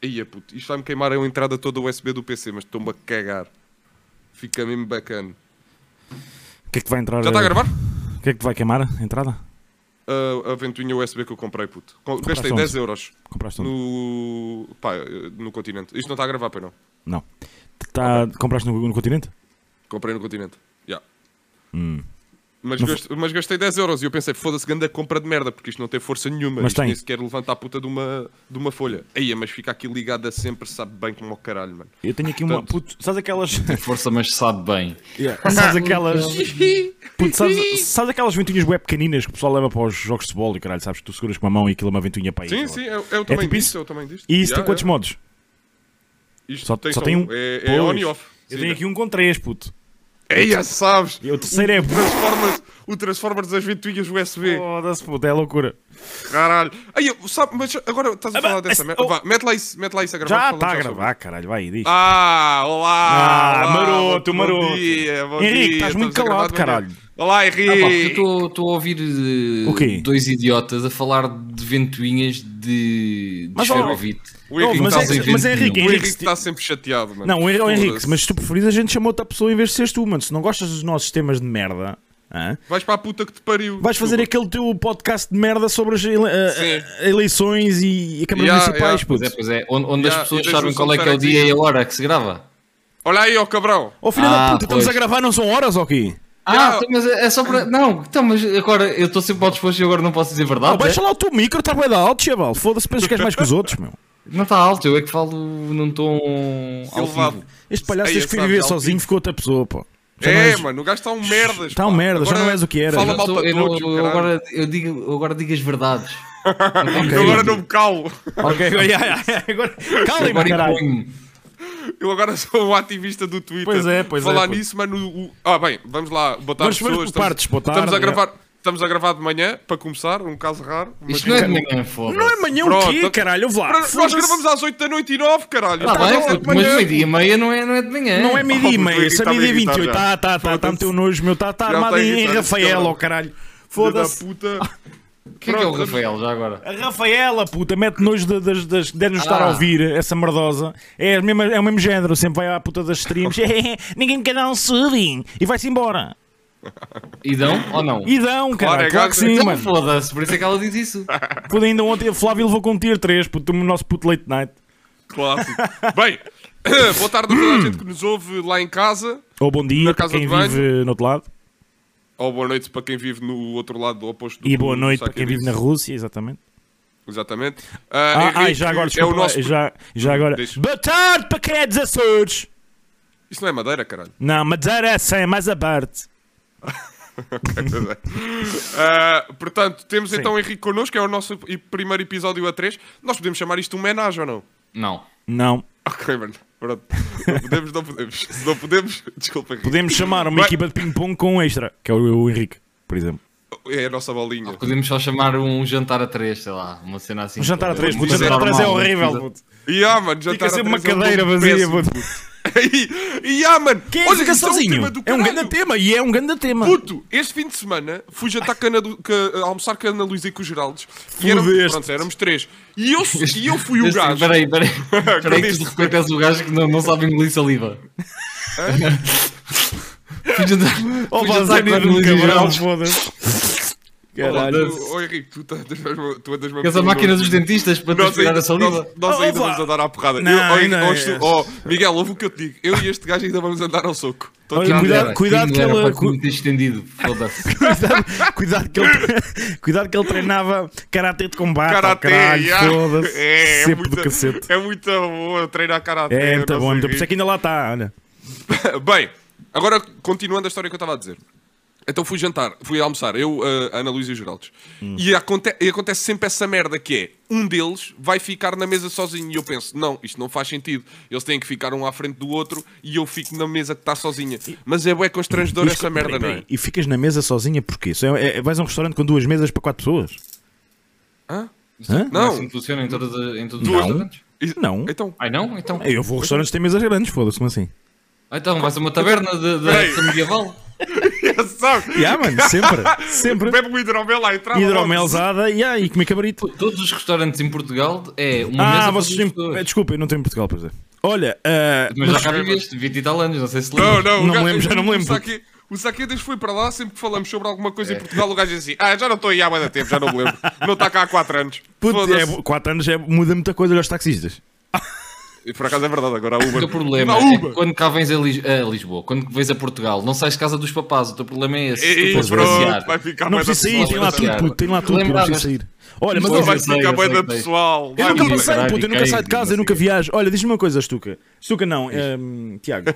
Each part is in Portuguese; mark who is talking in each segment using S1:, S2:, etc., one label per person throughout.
S1: Ia puto, isto vai-me queimar a entrada toda USB do PC, mas estou-me a cagar. Fica mesmo bacana.
S2: O que é que vai entrar?
S1: Já está a
S2: eh,
S1: gravar?
S2: O que é que vai queimar a entrada?
S1: A, a ventoinha USB que eu comprei, puto. Com-
S2: Compraste
S1: Gastei
S2: onde?
S1: 10 euros
S2: Compraste um- onde?
S1: no. pá, eh, no continente. Isto não está a gravar, pai não.
S2: Não. Tá- Compraste no, no continente?
S1: Comprei no continente. Já.
S2: Hum.
S1: Mas,
S2: Não
S1: gast- mas gastei 10 euros e eu pensei, foda-se, grande compra de merda, porque isto não tem força nenhuma.
S2: Mas
S1: isto
S2: tem.
S1: nem sequer levanta a puta de uma, de uma folha. Aí, mas fica aqui ligada sempre, sabe bem como o caralho, mano.
S2: Eu tenho aqui uma.
S1: Portanto-
S2: Puto, sabes aquelas.
S3: Força, mas sabe bem.
S2: Yeah. Sabes aquelas. Puto, sabes, sabes aquelas ventoinhas web pequeninas que o pessoal leva para os jogos de futebol e caralho, sabes? que Tu seguras com a mão e aquilo é uma ventoinha para aí.
S1: Sim,
S2: sei
S1: sim, é,
S2: lá.
S1: é o tamanho
S2: tipo
S1: disto,
S2: isso?
S1: é o tamanho disto.
S2: E isso
S1: Já,
S2: tem quantos
S1: é.
S2: modos?
S1: Isto
S2: Só-
S1: tem,
S2: só
S1: só
S2: tem um?
S1: É, é
S2: Pois.
S1: on e off.
S2: Eu
S1: Sim.
S2: tenho aqui um com 3, puto.
S1: Eia, sabes?
S2: E o terceiro é.
S1: Transformers, o Transformers das ventoinhas USB.
S2: Foda-se, puto, é loucura.
S1: Caralho. Aí, sabe, mas agora estás a
S2: Ah,
S1: falar
S2: mas-
S1: dessa
S2: oh.
S1: merda. Vá, mete lá isso, mete lá isso a gravar.
S2: Já
S1: falamos
S2: está a
S1: sobre.
S2: gravar, caralho, vai, diz.
S1: Ah, olá!
S2: Ah,
S1: olá,
S2: maroto,
S1: bom
S2: maroto.
S1: Dia, bom
S2: Henrique,
S1: dia,
S2: estás muito
S1: estamos a gravar de
S2: calado, Tá
S1: manhã. Olá,
S3: Ah, pá,
S1: Henrique!
S3: eu estou a ouvir eh,
S2: O quê?
S3: dois idiotas a falar de ventoinhas de, de
S2: Mas, ó,
S3: esferovite.
S1: o Henrique,
S2: Não, mas,
S1: está
S3: sem
S2: é, mas é
S3: vento
S2: Henrique,
S1: o
S3: nenhum.
S2: Henrique,
S1: Henrique
S2: se ti-
S1: está sempre chateado, mano.
S2: Não, Hen- oh, Henrique,
S1: Foda-se.
S2: mas se tu preferires, a gente chamou outra pessoa em vez de seres tu, mano. Se não gostas dos nossos temas de merda, hã?
S1: Vais para a puta que te pariu.
S2: vais fazer
S1: Desculpa.
S2: aquele teu podcast de merda sobre as ele- a- a- eleições e, e a Câmara
S1: Yeah,
S2: Municipais,
S1: yeah.
S2: puto.
S3: Pois é, pois é. Onde, onde
S1: Já,
S3: as pessoas
S1: e deixa-me
S3: sabem qual é que é o
S1: soltar
S3: dia
S1: aqui.
S3: e a hora que se grava.
S1: Olha aí, ó cabrão!
S2: Oh filha
S3: Ah,
S2: da puta, estamos
S3: pois.
S2: a gravar, não são horas ou quê?
S3: Ah,
S1: Já.
S3: então, mas é é só para. Não, então, mas agora eu estou sempre ao disposto e agora não posso dizer
S2: Ah,
S3: verdade. é?
S2: baixa lá o teu micro, está bué da alto, chaval. Foda-se, pensas que és mais que os outros, meu.
S3: Não está alto, eu é que falo num tom ao
S1: Elevado.
S3: vivo.
S2: Este palhaço
S1: Ei,
S2: tens que
S1: sabes,
S2: viver
S1: alto.
S2: sozinho, ficou outra pessoa, pô. Já não
S1: É,
S2: és-
S1: mano, o gajo está um merdas.
S2: Está um
S1: pá.
S2: merda, já não és o que era.
S1: Fala
S2: Eu
S1: mal
S3: Sou-
S1: para
S3: eu não-
S1: todos,
S3: eu
S1: caralho.
S3: agora, eu digo, eu agora digo as verdades.
S1: Eu agora não me calo.
S2: Ok, agora, yeah, yeah, agora... calem-me,
S3: Agora
S2: caralho.
S3: imponho-me.
S1: Eu agora sou o ativista do Twitter.
S2: Pois é, pois é,
S1: Falar
S2: pois.
S1: nisso, mano. o- Ah, bem, vamos lá. Boa tarde,
S2: Mas vamos por
S1: pessoas. Estamos-
S2: partes, é. boa tarde,
S1: Estamos a
S2: já.
S1: gravar. Estamos a gravar de manhã, para começar, um caso raro. mas-
S3: Isto não é de manhã, foda-se.
S2: Não é amanhã o
S1: Pronto.
S2: quê, caralho? Eu vou lá.
S1: Para- Nós
S2: foda-se.
S1: gravamos às 8 da noite e 9, caralho.
S3: Tá
S1: Estamos
S3: bem,
S1: às oito
S3: puto,
S1: da
S3: mas
S1: manhã.
S3: meio-dia e meia não é, não é de manhã.
S2: Não é meio-dia e meia, isso é
S1: Está
S2: meio-dia e
S1: a irritar
S2: 28.
S1: já.
S2: Tá, tá, tá, tá,
S1: Foda-se.
S2: meteu nojo, meu. Tá, tá
S1: Já
S2: armado
S1: está
S2: em, em
S1: irritado,
S2: Rafaela,
S1: cabrão.
S2: ó caralho.
S1: Filho da
S2: Foda-se.
S1: puta.
S3: O que é que é o
S1: Pronto,
S3: Rafael já agora?
S2: A Rafaela, puta, mete nojo da- das. das Deve-nos estar a
S3: Ah.
S2: ouvir, essa merdosa. É, a mesma- é o mesmo género, sempre vai à puta das streams. Ninguém me quer dar um sub e vai-se embora.
S3: E dão ou não?
S2: E dão,
S1: Claro,
S2: cara.
S1: é
S2: Claro
S1: gato.
S2: que sim,
S3: Então,
S2: mano.
S3: foda-se, por isso é que ela diz isso.
S2: Puta, ainda ontem a Flávia levou com um tier 3, puto, o nosso puto late night.
S1: Clássico. Bem, boa tarde a toda a gente que nos ouve lá em casa.
S2: Ou bom dia
S1: Na
S2: para
S1: casa
S2: quem
S1: de banho.
S2: vive no outro lado.
S1: Ou boa noite para quem vive no outro lado do oposto do
S2: E boa
S1: do
S2: noite para quem
S1: Saqueris.
S2: vive na Rússia, exatamente.
S1: Exatamente.
S2: Ah,
S1: Ah,
S2: ai,
S1: Henrique
S2: já agora,
S1: é
S2: desculpa,
S1: o nosso...
S2: lá, já, já agora.
S1: Deixa.
S2: Boa tarde para quem é dos Açores.
S1: Isso não é madeira, caralho.
S2: Não, mas era assim, é mais aberto.
S1: Ah, portanto, temos
S2: Sim.
S1: então o Henrique connosco, é o nosso e- primeiro episódio a 3. Nós podemos chamar isto de homenagem ou não?
S3: Não.
S2: Não.
S1: Ok, mano. Pronto. Não podemos, não podemos. Se não podemos, desculpa. Henrique.
S2: Podemos chamar uma
S1: Vai.
S2: equipa de ping-pong com um extra, que é o, o Henrique, por exemplo.
S1: É a nossa bolinha.
S3: Podemos só chamar um jantar a três, sei lá, uma cena assim.
S2: Um jantar a três,
S3: Muito
S2: puto, jantar a três é
S3: normal,
S2: horrível.
S3: não
S2: puto.
S1: E ah, mano, já
S2: Fica
S1: está
S2: sempre uma cadeira vazia. é um puto.
S1: E ah, mano,
S2: Quem é que
S1: olha,
S2: fica
S1: isso é um
S2: sozinho?
S1: tema do
S2: É um
S1: caralho.
S2: grande tema, e é um grande tema.
S1: Puto, este fim de semana fui jantar com a Ana, Lu- com a- almoçar com a Ana Luísa e com o Geraldes. E éramos,
S2: Fudeste.
S1: pronto, éramos três. E eu, e eu fui o
S3: Este-
S1: gajo.
S3: Peraí, peraí. Peraí, que tu de repente és o gajo que não, não sabe engolir saliva. Fui jantar.
S2: Oh,
S3: fui jantar
S2: Vazani
S3: com a
S2: do
S3: Luísa
S2: Cabral,
S3: Geraldo.
S2: foda-se. Caralho.
S1: Oh, oh, Henrique, tu estás mesmo. Tu andas mesmo
S3: Essa máquina é dos dentistas para
S1: Nós,
S3: tirar
S1: ainda-
S3: a saliva.
S1: nós, nós
S2: Oh,
S1: ainda
S2: opa.
S1: vamos andar à porrada.
S2: Não,
S1: Eu- oh,
S2: ainda
S1: oh,
S2: é.
S1: isto- oh, Miguel, ouve o que eu te digo. Eu e este gajo ainda vamos andar ao soco. Tô-
S2: Olha,
S3: Quem
S2: cuidado-
S3: dera,
S2: cuidado
S3: quem
S2: que
S3: dera
S2: ela-
S3: para tudo ter um estendido. Foda-se.
S2: Cuidado, cuidado, que ele, cuidado que ele treinava karatê de combate. ó,
S1: Karate,
S2: caralho,
S1: ya.
S2: foda-se.
S1: é, é,
S2: Sempre
S1: muito,
S2: do cacete.
S1: é muito bom treinar karate.
S2: É, muito
S1: nosso
S2: bom, é muito bom. Por
S1: Henrique.
S2: isso é que ainda lá está, olha.
S1: Bem, agora continuando a história que eu estava a dizer. Então fui jantar, fui almoçar, eu, a Ana Luísa e o Geraldes. E, aconte- e acontece sempre essa merda que é, um deles vai ficar na mesa sozinho. E eu penso, não, isto não faz sentido. Eles têm que ficar um à frente do outro e eu fico na mesa que está sozinha. Mas é bué constrangedor
S2: Mas
S1: essa
S2: co-
S1: merda,
S2: peraí,
S1: não é?
S2: peraí. E ficas na mesa sozinha porquê? Só é- é- vais a um restaurante com duas mesas para quatro pessoas?
S1: Hã?
S2: Hã?
S3: Não é
S1: Não.
S3: assim que funciona em, todas as- em todos os
S2: Não.
S3: restaurantes?
S1: E-
S2: Não.
S1: Então,
S3: Ai não? Então,
S2: Eu vou a restaurantes que têm mesas grandes, foda-se, como assim?
S3: Ah, então vai ser uma taberna de- de-
S1: Peraí.
S3: da medieval.
S1: sabe?
S2: Yeah, mano, sempre. Sempre.
S1: Bebe um hidromel lá e trava logo.
S2: Hidromelzada yeah, e comer cabrito.
S3: Todos os restaurantes em Portugal é uma mesa
S2: Ah,
S3: para
S2: vocês
S3: duas
S2: têm.
S3: pessoas.
S2: eh, Desculpa, eu não tenho em Portugal, pois é. Olha, eh,
S3: Mas já cá viveste 20 e tal anos, não sei se
S1: Não,
S3: lembras.
S1: não, o
S2: Não me
S1: gajo-
S2: lembro, já não me
S1: o
S2: lembro. É.
S1: Saque- O Saque desde que foi para lá, sempre que falamos sobre alguma coisa em Portugal, o gajo diz assim: Ah, já não estou aí há muito tempo, já não me lembro. Não está cá há 4 anos.
S2: puto,
S1: Foda-se.
S2: é, 4 anos é, muda muita coisa olha os taxistas.
S1: E por acaso é verdade, agora a
S3: O
S1: Uber.
S3: teu problema
S1: Não,
S3: é
S1: Uber.
S3: que quando cá vens a, Lis- a Lisboa, quando vens a Portugal, não sais de casa dos papás. O teu problema é esse. Tu
S1: E,
S3: podes
S1: pronto,
S3: passear.
S1: vai ficar
S3: é
S2: Não
S1: bué da
S2: precisa sair,
S1: pessoal,
S2: tem lá
S3: tá
S1: vai
S2: tudo,
S1: ficar-
S2: puto, tem lá tudo, não precisa
S3: Lembravas?
S2: sair. Olha, mas
S3: Não
S2: olha,
S1: Vai
S3: Eu sei,
S1: ficar
S3: eu
S1: bué
S3: sei
S1: da
S3: que tens.
S1: pessoal.
S2: eu
S1: vai,
S2: nunca
S1: Uber.
S3: Caralho,
S2: passei, puto, eu nunca
S3: caralho,
S2: saio de casa, eu nunca
S3: caralho.
S2: viajo. Olha, diz-me uma coisa, Stuca. Stuca não, ehm, Tiago.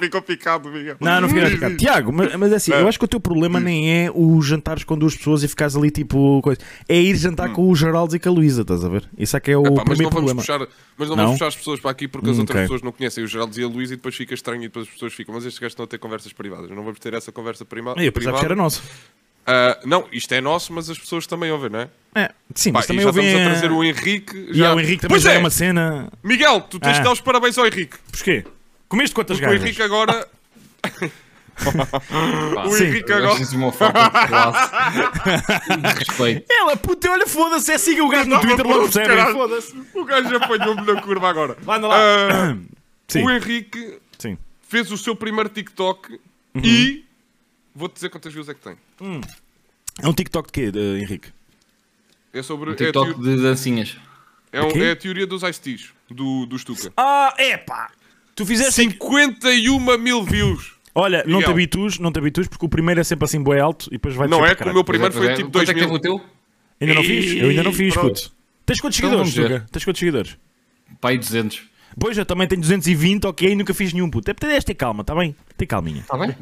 S1: Ficou picado, Miguel.
S2: Não, não fiquei picado. Tiago, mas, mas é assim, eu acho que o teu problema nem é o jantares com duas pessoas e ficares ali tipo coisa. É ir jantar com o Geraldo e com a Luísa, estás a ver? Isso é que é o
S1: Hum. Epá, mas, não
S2: primeiro
S1: vamos
S2: problema.
S1: puxar, mas não,
S2: Não?
S1: vamos puxar as pessoas para aqui porque as
S2: Hum,
S1: outras
S2: ok.
S1: pessoas não conhecem o Geraldo e a Luísa e depois fica estranho e depois as pessoas ficam, mas estes gajos estão a ter conversas privadas. Não vamos ter essa conversa prima-
S2: Eu pensava que
S1: privada.
S2: era nosso.
S1: Ah, não, isto é nosso, mas as pessoas também ouvem, não é?
S2: É, sim,
S1: Pá,
S2: mas
S1: e
S2: também
S1: já
S2: eu
S1: estamos
S2: vim
S1: a trazer o Henrique.
S2: E
S1: já-
S2: há o Henrique também
S1: pois
S2: já
S1: é,
S2: é uma cena.
S1: Miguel, tu tens de
S2: Ah.
S1: dar os parabéns ao Henrique.
S2: Porquê? Comeste quantas
S1: O
S2: garras?
S1: Henrique é- agora. o
S2: Sim.
S1: Henrique
S3: Eu
S1: agora.
S3: acho isso uma falta de classe. de respeito.
S2: Ela, puta, olha, foda-se, é siga o gajo no
S1: Tava
S2: Twitter logo,
S1: pronto, caralho.
S2: percebem? Foda-se.
S1: O gajo apanhou-me na curva agora.
S2: Lá, anda lá.
S1: Ah,
S2: Sim,
S1: o Henrique
S2: sim.
S1: fez o seu primeiro TikTok
S2: Uhum.
S1: e. Vou-te dizer quantas views é que tem.
S2: É um TikTok de quê, de- Henrique?
S1: É sobre. é a
S3: Tiktok
S1: teo-
S3: de dancinhas.
S1: é, um-
S2: Um quê?
S1: é a teoria dos Ice Teas, do, do Stuka.
S2: Ah, é pá! Tu fizeste.
S1: 51 mil views.
S2: Olha, não te
S1: Miguel.
S2: habitues, não te habitues, porque o primeiro é sempre assim, boi alto e depois vai
S1: Não
S2: descer
S1: é que
S2: para
S1: o
S2: caralho.
S1: meu primeiro foi tipo
S3: Quanto é
S1: 2
S3: que teve o
S1: mil.
S3: teu?
S2: Ainda não fiz? Eu ainda não fiz, puto. Tens quantos
S3: Então
S2: seguidores,
S3: vamos ver.
S2: Tuga? Tens quantos seguidores?
S3: Pai 200.
S2: Pois, eu também tenho 220, ok, e nunca fiz nenhum, puto. É portanto, és ter calma, tá bem? Tem calminha.
S3: Está bem?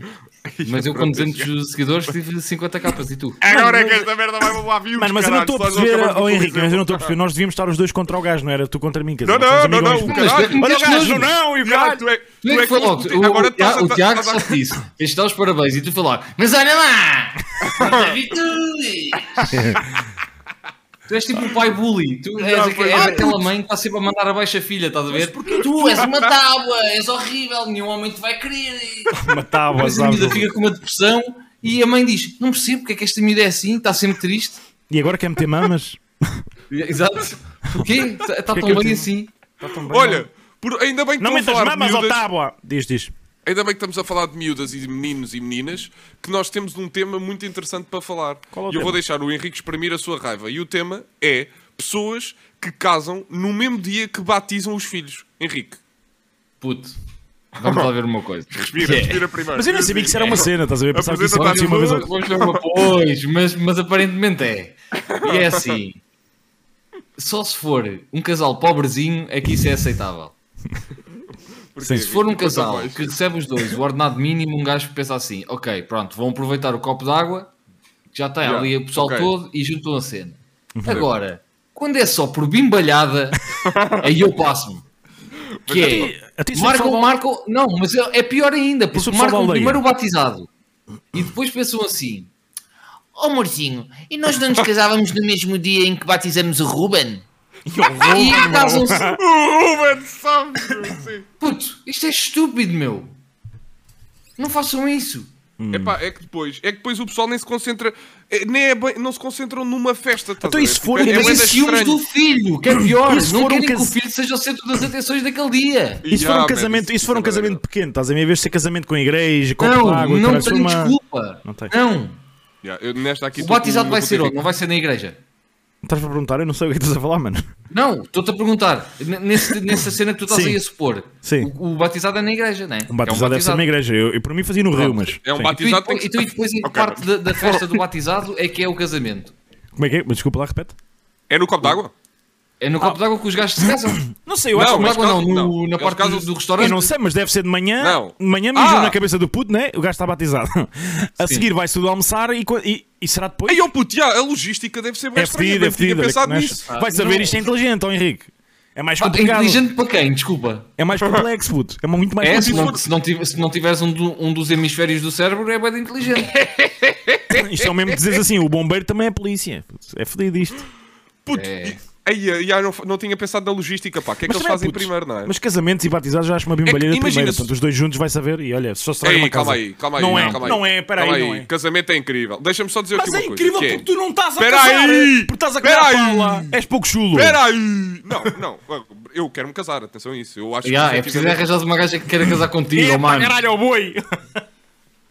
S3: Mas eu com 200 seguidores tive 50 capas e tu?
S1: Agora é que esta merda vai levar views.
S2: Mano, mas eu não
S1: caralho,
S2: estou a
S1: só
S2: perceber,
S1: acabamos de
S2: ó Henrique, mas eu não estou a
S1: exemplo.
S2: perceber. Nós devíamos estar os dois contra o gajo, não era tu contra mim, quer dizer,
S1: Não,
S2: nós somos
S1: não, não,
S2: amigos bons,
S1: não,
S2: puto.
S1: o caralho.
S3: Mas
S2: Olha o gajo, não,
S3: mesmo.
S2: não, e o
S1: Caralho,
S2: caralho.
S1: tu é, tu
S3: Tu é
S1: é
S3: que foi logo.
S1: que
S3: O,
S1: agora
S3: o,
S1: estás a-
S3: o Tiago
S1: estás a-
S3: só te disse: tens de dar os parabéns. E tu foi lá: mas olha lá! Outra vitória!" Tu és tipo o pai bully. Tu és,
S1: Não,
S3: aque-
S1: pois-
S3: és
S1: Ah,
S3: aquela mãe que está sempre a mandar abaixo a filha, estás a ver? tu és uma tábua, és horrível, nenhum homem te vai querer.
S2: Matava,
S3: Mas a miúda
S2: sabe?
S3: fica com uma depressão e a mãe diz: não percebo porque é que esta miúda é assim, está sempre triste. é,
S2: E agora quer meter mamas?
S3: Exato. Porquê? Está
S2: que
S3: tão
S2: eu
S3: bem
S2: tenho?
S3: assim.
S1: Olha, por- ainda bem que
S2: Não
S1: estão a
S2: metas
S1: falar de
S2: mamas ao
S1: miúdas-
S2: tábua! Diz, diz.
S1: Ainda bem que estamos a falar de miúdas e de meninos e meninas, que nós temos um tema muito interessante para falar.
S2: Qual
S1: e
S2: é o
S1: eu
S2: tema?
S1: vou deixar o Henrique exprimir a sua raiva. E o tema é pessoas que casam no mesmo dia que batizam os filhos. Henrique,
S3: Puto, vamos lá ver uma coisa.
S1: respira,
S3: Que é-
S1: respira primeiro.
S2: Mas eu nem sabia que isso era uma cena, estás a ver? Pensava que isso
S1: Apresenta-te
S2: acontecia
S1: à
S2: uma vez
S1: tua-
S2: ou outra.
S3: Vamos ver uma- Pois, mas, mas aparentemente é. E é assim. Só se for um casal pobrezinho é que isso é aceitável.
S1: Sim,
S3: Se for um
S1: conta
S3: casal
S1: mais.
S3: que recebe os dois, o ordenado mínimo, um gajo pensa assim: ok, pronto, vão aproveitar o copo d'água, que já tem
S1: Yeah,
S3: ali o pessoal
S1: ok. Uhum.
S3: todo e juntam a cena. Agora, quando é só por bimbalhada, aí eu passo-me. Que é,
S2: Até isso
S3: Marcam,
S2: fala-
S3: marcam. Não, mas é é pior ainda,
S2: Isso
S3: porque
S2: é pessoal da
S3: marcam
S2: aldeia.
S3: primeiro o batizado e depois pensam assim: Oh, amorzinho, e nós não nos casávamos no mesmo dia em que batizamos o Ruben? E um casam-se.
S1: O Ruben sabe. sim.
S3: Puto, isto é estúpido, meu. Não façam isso.
S2: Hum.
S1: Epá, é que depois, é que depois o pessoal nem se concentra, é- nem é bem- não se concentram numa festa. estás
S2: Então,
S1: a
S2: e
S1: ver?
S2: se for-
S1: é,
S2: mas
S1: bué
S3: Mas
S1: da
S3: e ciúmes
S1: estranho.
S3: do filho, que é pior.
S2: E se
S3: Não
S2: for um
S3: querem que o
S2: cas-
S3: filho seja o centro das atenções daquele dia.
S2: Isso
S1: Yeah,
S2: foi um
S1: man,
S2: casamento, isso foi um
S1: é bué da
S2: casamento pequeno, estás a ver? Em vez de ser casamento com a igreja, com
S3: Não,
S2: água,
S3: não
S2: caralho, foi
S3: tenho
S2: uma-
S3: desculpa.
S2: Não tem.
S3: Não.
S1: Yeah, eu nesta aqui
S3: O
S1: tô com-
S3: batizado vai
S1: com o
S3: ser
S1: Henrique.
S3: onde? Não vai ser na igreja.
S2: Estás a perguntar? Eu não sei o que é que estás a falar, mano.
S3: Não, estou-te a perguntar. N- nesse- nessa cena que tu estás
S2: Sim.
S3: aí a supor,
S2: Sim.
S3: O, o batizado é na igreja, não é?
S2: Um batizado deve ser uma igreja. Eu, eu por mim fazia no Rio, mas.
S1: É um
S2: Sim.
S3: E tu, e
S1: batizado tem
S3: depois,
S1: que
S3: Então, e tu e depois
S1: Ok,
S3: parte da, da festa do batizado é que é o casamento.
S2: Como é que é? Mas Desculpa lá, repete.
S1: É no copo d'água?
S3: É no copo d'água que os gajos se casam.
S2: Não sei, eu
S1: Não,
S2: acho
S3: Copo
S2: que.
S1: mas
S3: d'água não,
S1: casam-
S3: no-
S1: Ah. não.
S3: na
S1: Eles
S3: parte do,
S1: casam-se-
S3: do
S2: Eu
S3: restaurante.
S2: não sei, mas deve ser de manhã.
S1: Não.
S2: De manhã
S1: Ah!
S2: mijam na cabeça do puto, né? O gajo está batizado. A
S3: Sim.
S2: seguir vai-se tudo almoçar e, co- e, e será depois?
S1: Ei, oh puto, já, a logística deve ser bem
S2: é
S1: estranha.
S2: fedido,
S1: bem,
S2: é
S1: Tinha
S2: fedido. olha que
S1: pensado
S2: não é-
S1: nisso. Ah,
S2: Vai saber, isto é inteligente, ó Henrique. É mais
S3: Ah,
S2: complicado.
S3: inteligente para quem? Desculpa.
S2: É mais complexo, puto. É muito mais
S3: É, se
S2: complexo.
S3: não, se não tive- se não tiveres um, do- um dos hemisférios do cérebro, é bem inteligente.
S2: Isto é o mesmo que dizes assim: o bombeiro também é polícia. É fedido isto.
S1: Puto,
S3: É.
S1: e- Ei, ai, ai, não, fa- não tinha pensado na logística, pá. O que é que eles
S2: também,
S1: fazem
S2: putz,
S1: primeiro, não é?
S2: Mas casamentos e batizados já acho uma
S1: É que
S2: bimbalheira
S1: imagina
S2: primeiro.
S1: se-
S2: Portanto, os dois juntos vai saber e olha, só se estraga
S1: Ei,
S2: é uma casa.
S1: calma aí, calma aí.
S2: Não é,
S1: calma aí.
S2: não é, peraí,
S1: Calma
S2: não é.
S1: Casamento é incrível. Deixa-me só dizer
S2: Mas
S1: aqui
S2: é
S1: uma
S2: incrível
S1: coisa. que é-
S2: porque tu não estás a
S1: Pera
S2: casar.
S1: aí!
S2: Porque estás a
S1: Pera
S2: casar,
S1: aí!
S2: Paula. És pouco chulo.
S1: Espera aí! Não, não. Eu quero-me casar, atenção a isso. Eu acho
S3: Yeah,
S1: que...
S3: é preciso arranjar uma gaja que queira casar contigo, oh, mano.
S2: caralho, o boi.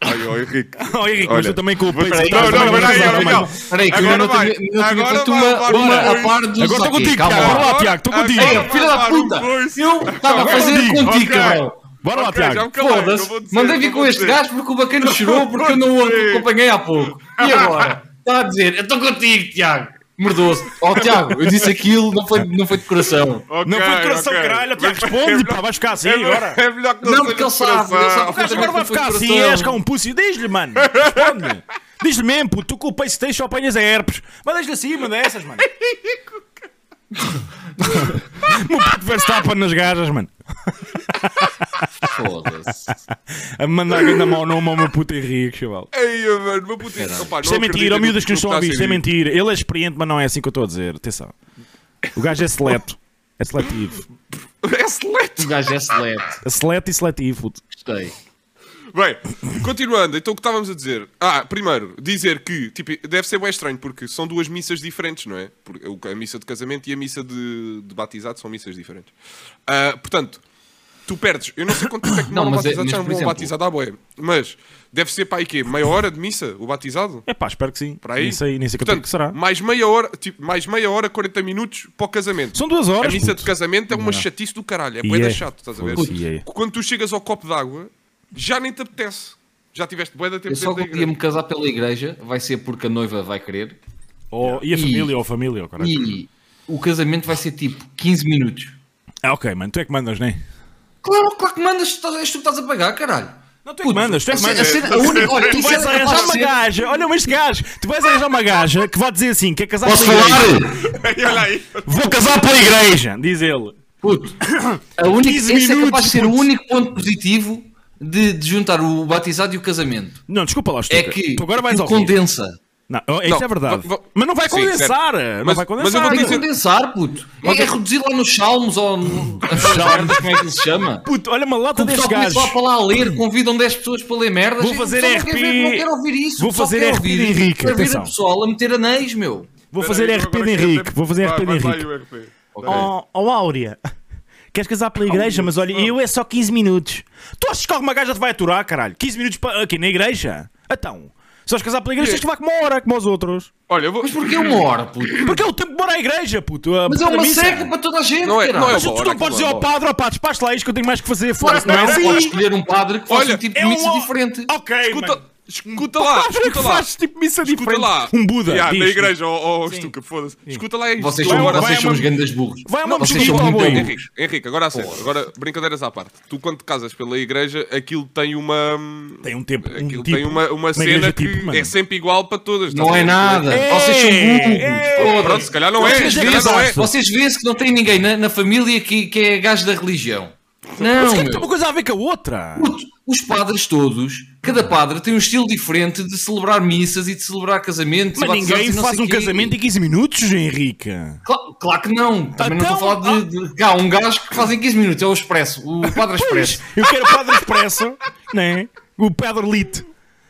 S1: Ai, ó, Henrique.
S2: Oh, Henrique, mas
S1: Olha.
S2: eu também com o peito.
S1: peraí, não,
S2: estás
S1: não,
S2: a
S1: peraí,
S2: casar
S1: ó,
S2: também.
S1: Miguel.
S3: Peraí, que
S1: Agora
S3: eu não
S1: vai,
S3: tinha, eu não tinha
S1: agora
S3: feito
S1: vai,
S3: uma,
S1: Bárbara,
S3: uma
S1: vai.
S3: a par do
S2: Agora estou
S3: Zaki,
S2: contigo,
S3: calma
S2: Tiago. Bora
S3: lá.
S2: lá, Tiago, estou contigo.
S1: Agora
S3: Ei, filha da
S1: vai,
S3: puta!
S1: Bárbara, os dois.
S3: Eu estava a
S1: Agora
S3: fazer
S2: digo,
S3: contigo,
S1: ok.
S3: cabrão.
S2: é Bora lá,
S1: Ok, já me
S2: Tiago.
S1: calei, não
S3: Foda-se.
S1: vou dizer,
S3: Mandei
S1: não
S3: vir
S1: vou
S3: com este
S1: dizer.
S3: gajo porque o bacana chorou porque eu não o acompanhei há pouco. E agora? Está a dizer, eu estou contigo, Tiago. Mordou-se. Ó, Tiago, eu disse aquilo, não foi, não foi de coração.
S1: Ok,
S2: Não foi de coração,
S1: ok.
S2: caralho.
S1: Mas
S2: Tiago, responde, pá, vais ficar assim
S1: É melhor-
S2: agora.
S1: É melhor que não seja
S3: Não, porque ele
S1: de
S3: sabe, ele sabe
S2: O
S1: coração.
S2: gajo agora vai ficar assim, és cá um pussy. Diz-lhe, mano. Responde-lhe. Diz-lhe mesmo, puto, tu com o peixe tens só apanhas a herpes. Mas diz-lhe assim, manda essas, mano. Meu puto Verstappen nas gajas, mano.
S3: Foda-se.
S2: A mandar ainda mau nome ao meu puto Henrique, chaval.
S1: Ei, mano, meu puto, rapaz,
S2: Isto é
S1: não
S2: mentira,
S1: acredito
S2: ó
S1: no
S2: miúdas que nos
S1: que está
S2: estão a
S1: a
S2: ouvir, isto é
S1: ser dito.
S2: mentira. Ele é experiente, mas não é assim que eu estou a dizer. Atenção. O gajo é seleto. É seletivo.
S1: É seleto.
S3: O gajo é selete.
S2: É seleto e seletivo, puto.
S3: Gostei.
S1: Bem, continuando, então o que estávamos a dizer? Ah, primeiro, dizer que tipo, deve ser bem estranho, porque são duas missas diferentes, não é? Porque o- a missa de casamento e a missa de, de batizado são missas diferentes. Ah, portanto, tu perdes. Eu não sei quanto tempo é que
S3: Não,
S1: não,
S3: mas é-
S1: batizado,
S3: mas,
S1: já não
S3: por
S1: vão
S3: exemplo-
S1: batizado à boé. Mas deve ser para aí quê? Meia hora de missa, o batizado?
S2: É pá, espero que sim.
S1: Para aí?
S2: Nem sei, nem sei quanto
S1: Portanto,
S2: é que será.
S1: Mais meia hora, tipo, mais meia hora, 40 minutos para o casamento.
S2: São duas
S1: A
S2: horas.
S1: missa
S2: puto.
S1: de casamento é uma chatice do caralho. É
S2: E
S1: boeda
S2: é.
S1: chato, estás a ver?
S2: Foda-se, e é.
S1: Quando tu chegas ao copo d'água, já nem te apetece. Já tiveste boeda tempo
S3: Eu só
S1: dentro da
S3: que podia
S1: igreja.
S3: me casar pela igreja, vai ser porque a noiva vai querer.
S2: Ou- e a família, ou a família, ou caralho.
S3: E o casamento vai ser tipo 15 minutos.
S2: Ah, ok, mano, tu é que mandas, nem?
S3: Claro, claro que mandas, tu- és tu que estás a pagar, caralho.
S2: Não, tu é que mandas, tu é que
S3: A cena- a
S2: mandas.
S3: cena- a única- olha,
S2: Tu
S3: isso é-
S2: vais
S3: era
S1: é
S2: arranjar
S3: capaz de
S2: uma
S3: ser-
S2: gaja, olha mas este gajo, tu vais arranjar uma gaja que vai dizer assim: quer casar
S3: Posso
S2: pela igreja?
S3: falar?
S1: E olha aí.
S2: Vou casar pela igreja, diz ele.
S3: Puto, a única,
S2: 15
S3: esse é capaz de ser o
S2: minutos, puto.
S3: único ponto positivo de, de juntar o batizado e o casamento.
S2: Não, desculpa lá,
S3: É
S2: Stuka.
S3: que
S2: tu agora vais
S3: tu
S2: ao Rio.
S3: condensa.
S2: Não, oh, isso
S1: Não,
S2: é verdade.
S1: va- va-
S2: Mas não vai
S1: Sim,
S2: condensar.
S1: certo.
S2: Não
S1: Mas-
S2: vai
S1: mas eu vou
S2: condensar.
S3: Tem que
S1: dizer-
S3: condensar, puto. É, é reduzir lá nos salmos ou no... salmos, como é que ele se chama?
S2: Puto, olha uma lata
S3: O pessoal
S2: deste
S3: começa
S2: gajo.
S3: lá para lá a ler, convidam 10 pessoas para ler merdas.
S2: Vou
S3: Eu
S2: fazer
S3: só não
S2: RP.
S3: quero ver- Não quero ouvir isso.
S2: Vou
S3: o pessoal
S2: fazer
S3: quer
S2: RP de
S3: ouvir.
S2: Henrique,
S3: Quero ver
S2: atenção.
S3: o pessoal a meter anéis, meu.
S2: Vou fazer
S1: Peraí,
S2: RP
S1: agora
S2: de
S1: quero
S2: Henrique.
S1: ver-
S2: Vou fazer
S1: Vai,
S2: RP de
S1: vai, vai,
S2: Henrique.
S1: o RP.
S2: Oh, oh Áurea, queres casar pela igreja? Mas olha, eu é só 15 minutos. Tu achas que alguma gaja te vai aturar, caralho? 15 minutos pa- aqui na igreja? Então, se vais casar pela igreja, tens que levar como uma hora, como os outros.
S1: Olha, eu vou...
S3: Mas porquê uma hora, puto?
S2: Porque é o tempo de morar à igreja, puto. a-
S3: Mas é
S2: a
S3: uma
S2: missa.
S3: seca para toda a gente,
S1: Não é-
S3: caralho.
S1: não é
S2: Mas tu
S1: Bora,
S2: não podes dizer
S1: bora.
S2: ao padre, ó pá, despacha lá isto que eu tenho mais que fazer. Foda-se, não
S3: Não,
S2: é
S3: pode
S2: assim.
S3: escolher um padre que faça
S1: Olha,
S3: um tipo
S2: É
S3: de
S2: um
S3: missa
S2: ó-
S3: diferente.
S2: Ok,
S1: Escuta,
S2: mano.
S3: tipo
S1: escuta lá,
S2: Olha
S1: escuta
S2: que
S1: lá.
S2: faz tipo missa
S1: Escuta
S2: diferente.
S1: lá.
S2: Um Buda.
S1: Ya, na
S2: diz.
S1: igreja, oh, oh Stuka, foda-se. Escuta lá isto.
S3: Vocês
S1: Vai,
S3: são,
S2: Agora-
S1: vai,
S3: vocês são
S2: uma-
S3: os grandes burros.
S2: vai uma
S3: vocês
S2: mexidinha
S3: são
S2: para o
S3: muito
S2: boi.
S3: burros.
S1: Henrique, Henrique, agora a sério, agora brincadeiras à parte. Tu quando te casas pela igreja, aquilo tem uma. hum,
S2: Tem um tempo. um
S1: Aquilo
S2: tipo,
S1: É tem uma, uma cena
S2: igreja
S1: que
S2: tipo, mano.
S1: é sempre igual para todas.
S3: Não
S1: estás a
S3: é
S1: ver?
S3: nada. Vocês são
S2: Ei,
S3: burros.
S1: Pronto, se calhar não é,
S3: Vocês
S1: se calhar não é.
S3: veem- Vocês veem-se que não tem ninguém na, na família que, que é gajo da religião.
S1: um,
S3: Não,
S2: Mas o que é que tem
S3: meu.
S2: uma coisa a ver com a outra?
S3: Puto, Os padres todos, cada padre tem um estilo diferente de celebrar missas e de celebrar casamentos.
S2: Mas
S3: e batizados
S2: ninguém
S3: e não
S2: faz
S3: sei
S2: um
S3: quê.
S2: casamento em 15 minutos, Henrique.
S3: Cla- claro que não. Também não
S2: Então,
S3: estou a falar de, de- Cá, um gajo que faz em 15 minutos. É o Expresso. O Padre Expresso.
S2: Eu quero o Padre Expresso, né? O Pedro Lite.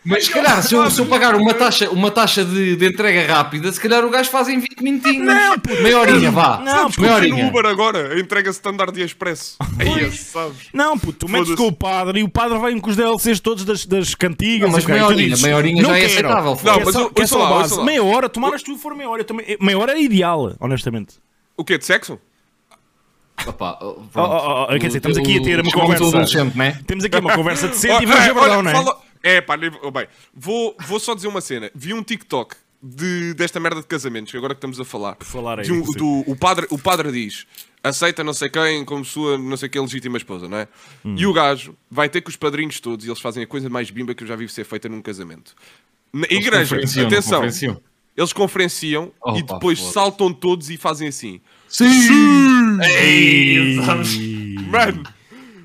S3: Mas se calhar, se eu, se eu pagar uma taxa, uma taxa de, de entrega rápida, se calhar o gajo faz em 20 minutinhos.
S2: Não, puto.
S3: meia horinha, vá.
S2: Não,
S1: Sabes que
S3: meia
S1: eu fui no
S3: horinha.
S1: Uber agora, a entrega standard e expresso. É isso, sabes?
S2: Não, puto, tu metes
S1: Foda-se.
S2: com o Padre e o Padre vem com os DLCs todos das, das cantigas.
S3: Não, mas
S2: e o caralho.
S3: meia
S2: Tu
S3: horinha,
S2: dizes,
S3: meia horinha
S2: não
S3: já é
S2: quero.
S3: aceitável,
S2: Quer
S1: Não, mas
S2: só-
S1: eu-
S2: quer
S1: ouça
S2: só
S1: lá,
S2: a base.
S1: ouça lá.
S2: Meia hora, tomaras tu for meia hora. eu também- meia hora era ideal, honestamente.
S1: O quê? De sexo?
S3: Opa, oh, pronto.
S2: Oh, oh, oh, quer dizer, estamos aqui a ter uma
S3: Chamamos
S2: conversa.
S3: o adolescente, né?
S2: Temos aqui uma conversa
S1: Oh,
S2: decente e vamos
S1: é,
S2: ver verdade,
S1: olha,
S2: não é?
S1: fala- É, pá, nem- oh, bem, vou, vou só dizer uma cena. Vi um TikTok de, desta merda de casamentos, que agora que estamos a falar.
S2: falar aí,
S1: de um-
S2: sim.
S1: do- o, padre, o padre diz: aceita não sei quem como sua não sei que legítima esposa, não é?
S2: Hum.
S1: E o gajo vai ter com os padrinhos todos e eles fazem a coisa mais bimba que eu já vi ser feita num casamento. Na igreja,
S3: conferenciam,
S1: atenção.
S3: conferenciam.
S1: Eles conferenciam
S3: Oh,
S1: e
S3: pá,
S1: depois
S3: foda-se.
S1: saltam todos e fazem assim.
S3: Sim! Ei, sabes?
S1: Mano,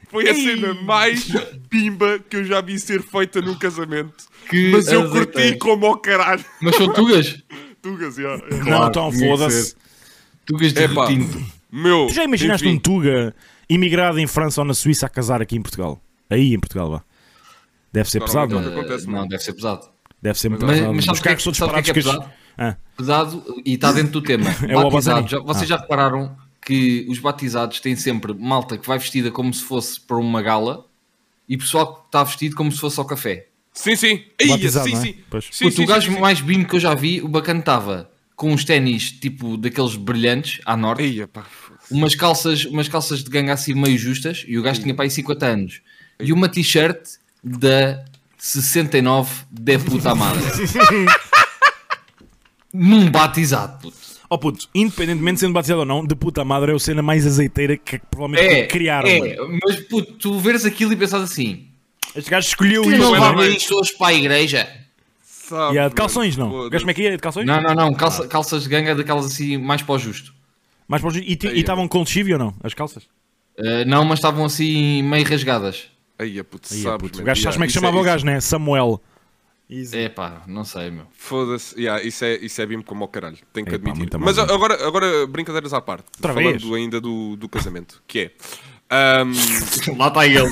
S1: foi a cena mais pimba que eu já vi ser feita num casamento.
S3: Que
S1: Mas eu
S3: azeitão.
S1: curti como ao caralho.
S3: Mas são tugas?
S1: Tugas, já.
S2: Não,
S3: Claro,
S2: então
S3: tinha que
S2: foda-se.
S3: ser. Tugas de
S1: É pá.
S3: retinto.
S1: Meu.
S2: Tu já imaginaste
S1: enfim.
S2: um Tuga imigrado em França ou na Suíça a casar aqui em Portugal? Aí em Portugal, vá. Deve ser
S1: Não,
S2: pesado,
S1: não,
S2: mano.
S1: Acontece,
S3: não,
S1: mano.
S3: deve ser pesado.
S2: Deve ser muito
S1: Mas-
S2: pesado.
S3: mas sabes
S2: Os carros
S3: o que é-
S2: todos
S3: sabes o que é que é
S2: parados.
S3: pesado?
S2: Ah,
S3: Pesado e está dentro do tema.
S2: É o Ah. Obazani.
S3: Batizado, já- vocês já repararam que os batizados têm sempre malta que vai vestida como se fosse para uma gala e pessoal que está vestido como se fosse ao café.
S1: Sim, sim. Ia,
S2: Batizado,
S1: sim,
S2: não é?
S1: sim.
S2: Pois.
S1: sim.
S3: Puto,
S1: sim,
S3: o gajo
S1: sim, sim.
S3: mais bimbo que eu já vi, o bacana estava com uns ténis tipo daqueles brilhantes à norte,
S1: Ia, pá.
S3: umas calças, umas calças de ganga assim meio justas e o gajo tinha para aí 50 anos e uma t-shirt da 69 da puta amada.
S2: Ah.
S3: Num batizado, puto.
S2: Ó Oh, puto, independentemente de sendo batizado ou não, de puta madre é o cena mais azeiteira que provavelmente criaram.
S3: é,
S2: mano.
S3: mas puto, tu vês aquilo e pensas assim:
S2: Este gajo escolheu
S3: tu
S2: isto.
S3: não
S2: mano.
S3: levava isto hoje para a igreja?
S1: Sabe,
S2: E há
S1: mano.
S2: de calções, não? O
S1: Foda-se.
S2: gajo como é que ia? De calções?
S3: Não, não, não, calça-
S2: Ah.
S3: calças de ganga daquelas assim, mais para o justo.
S2: Mas, pode- e ti-
S1: Aí, é.
S2: e estavam com lexívio ou não? As calças?
S3: Uh, não, mas estavam assim meio rasgadas.
S1: Ia, puto,
S2: Aí,
S1: sabes,
S2: puto, o
S1: man.
S2: gajo sabes
S1: Ia,
S2: como é que
S1: isso
S2: chamava
S1: é-
S2: o gajo, né? Samuel.
S3: É pá, não sei, meu.
S1: Foda-se, yeah, isso, é, isso é bimbo como ao caralho, tenho que
S2: Epá,
S1: admitir.
S2: muita
S1: Mas
S2: maldade.
S1: agora, agora, brincadeiras à parte,
S2: Outra
S1: falando
S2: vez?
S1: ainda do, do casamento, que é. ahm,
S3: Lá está ele.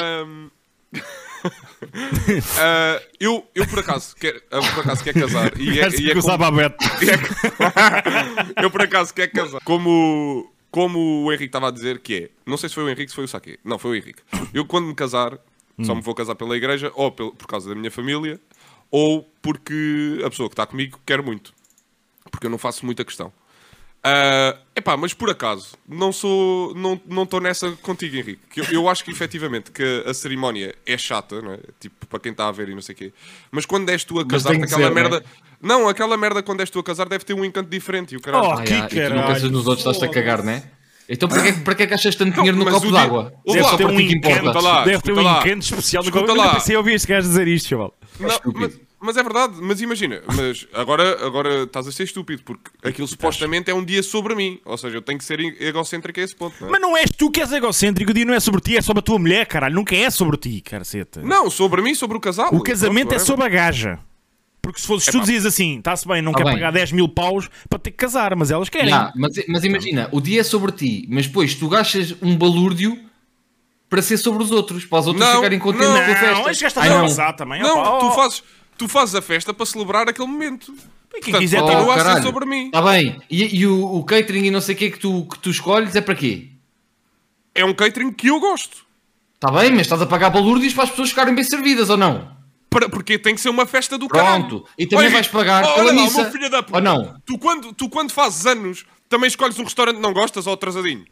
S1: ahm, ah, Um, eu, eu por acaso quero, ah, por acaso quero casar e é, e é como-
S2: a Beto.
S1: eu por acaso quero casar. Como, como o Henrique estava a dizer que é, não sei se foi o Henrique, se foi o Saque. Não, foi o Henrique. Eu quando me casar, só me vou casar pela igreja, ou pel- por causa da minha família, ou porque a pessoa que está comigo quer muito. Porque eu não faço muita questão. Ah, epá, mas por acaso, não sou, não não estou nessa contigo, Henrique. Que eu, eu acho que efetivamente que a, a cerimónia é chata, não é? Tipo, para quem está a ver e não sei o quê. Mas quando és tu a casar,
S3: tem que
S1: aquela
S3: ser, não é?
S1: merda. Não, aquela merda quando és tu a casar deve ter um encanto diferente e o caralho.
S2: Oh,
S3: Ah,
S2: que
S3: yeah, e tu não
S2: caralho.
S3: pensas nos outros, estás-te a cagar, né? Então para que, para que é que achas tanto dinheiro no
S1: mas
S3: copo
S1: o di-
S3: d'água?
S1: Ouve
S3: É
S1: lá,
S3: só
S1: tem
S3: para
S1: um
S3: ti que importa.
S1: encanto lá.
S2: Deve ter um
S1: escuta lá.
S2: encanto especial do
S1: Escuta
S2: Covid. Eu
S1: lá.
S2: nunca pensei em ouvir este gajo dizer isto, chaval.
S1: Não, mas, mas é verdade, mas imagina, mas agora, agora estás a ser estúpido, porque aquilo supostamente é um dia sobre mim. Ou seja, eu tenho que ser egocêntrico a esse ponto. Não, é?
S2: Mas não és tu que és egocêntrico, o dia não é sobre ti, é sobre a tua mulher, caralho. Nunca é sobre ti, caceta.
S1: Não, sobre mim, sobre o casal.
S2: O casamento
S1: Pronto,
S2: é
S1: whatever.
S2: sobre a gaja. Porque se fosses tu dizias assim, está-se bem, não
S3: Tá
S2: quer
S3: bem.
S2: pagar 10 mil paus para ter que casar, mas elas querem.
S3: Yeah, mas, mas imagina, o dia é sobre ti, mas depois tu gastas um balúrdio para ser sobre os outros, para os outros
S1: Não,
S3: ficarem contentes
S1: não,
S3: com a festa.
S2: Não, este gajo está
S3: Ai,
S2: a
S1: um
S3: não.
S2: passar também.
S1: Não,
S2: opa,
S1: tu
S2: oh,
S1: fazes, tu fazes a festa para celebrar aquele momento.
S2: quem
S1: Portanto,
S2: quiser tem
S1: continua
S2: o
S1: a ser
S3: Oh, caralho.
S1: sobre mim.
S3: Está bem. E, e o, o catering e não sei o que que tu, que tu escolhes é para quê?
S1: É um catering que eu gosto.
S3: Está Tá bem, mas estás a pagar balúrdios para as pessoas ficarem bem servidas ou não?
S1: Para- porque tem que ser uma festa do caralho.
S3: Pronho. E também
S1: Olha,
S3: vais pagar
S1: olha lá,
S3: pela missa.
S1: meu filho da puta.
S3: Ou não?
S1: Tu quando, tu quando fazes anos, também escolhes um restaurante que não gostas ou atrasadinho.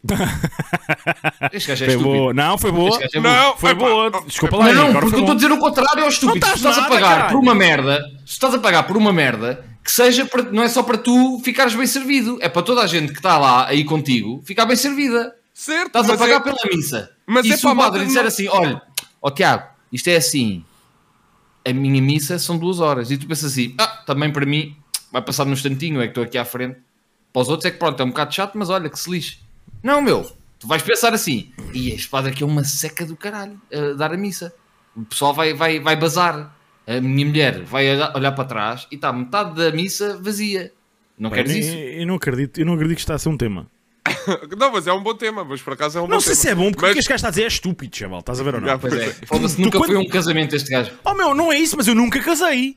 S3: Este gajo é
S2: Foi
S3: estúpido.
S2: boa. Não, foi boa.
S3: Este gajo é burro.
S1: Não,
S2: Foi
S1: epá,
S2: boa.
S1: oh,
S2: Desculpa lá.
S3: Não, não,
S2: Tipo, agora
S3: porque eu
S2: foi
S3: estou a
S2: bom.
S3: dizer o contrário ao estúpido.
S2: Não
S3: Se
S2: estás
S3: estás a
S2: nada,
S3: pagar
S2: caralho.
S3: por uma merda, se estás a pagar por uma merda, que seja para, não é só para tu ficares bem servido, é para toda a gente que está lá aí contigo ficar bem servida.
S1: Certo,
S3: Estás a
S1: mas
S3: pagar
S1: é-
S3: pela missa.
S1: mas
S3: e
S1: é
S3: se
S1: para a
S3: o padre
S1: malta
S3: disser
S1: não-
S3: assim: olha, ó Tiago, isto é assim, a minha missa são duas horas, e tu pensas assim: ah, também para mim vai passar num instantinho, é que estou aqui à frente. Para os outros é que pronto, é um bocado chato, mas olha que se lixe. Não, meu, tu vais pensar assim: e este padre aqui é uma seca do caralho a dar a missa. O pessoal vai, vai, vai bazar. A minha mulher vai olhar olhar para trás e está metade da missa vazia. Não queres
S2: Eu-
S3: isso?
S2: Eu não acredito, eu não acredito que está a ser um tema.
S1: Não, mas é um bom tema, mas por acaso é um bom
S2: Não sei
S1: tema.
S2: se é bom, porque o
S1: Mas-
S2: que este gajo está a dizer é estúpido, chaval. Estás a ver ou não?
S1: Já,
S3: Pois é, foda-se,
S2: Tu
S3: nunca
S2: quando-
S3: foi um casamento este gajo.
S2: Oh meu, não é isso, mas eu nunca casei.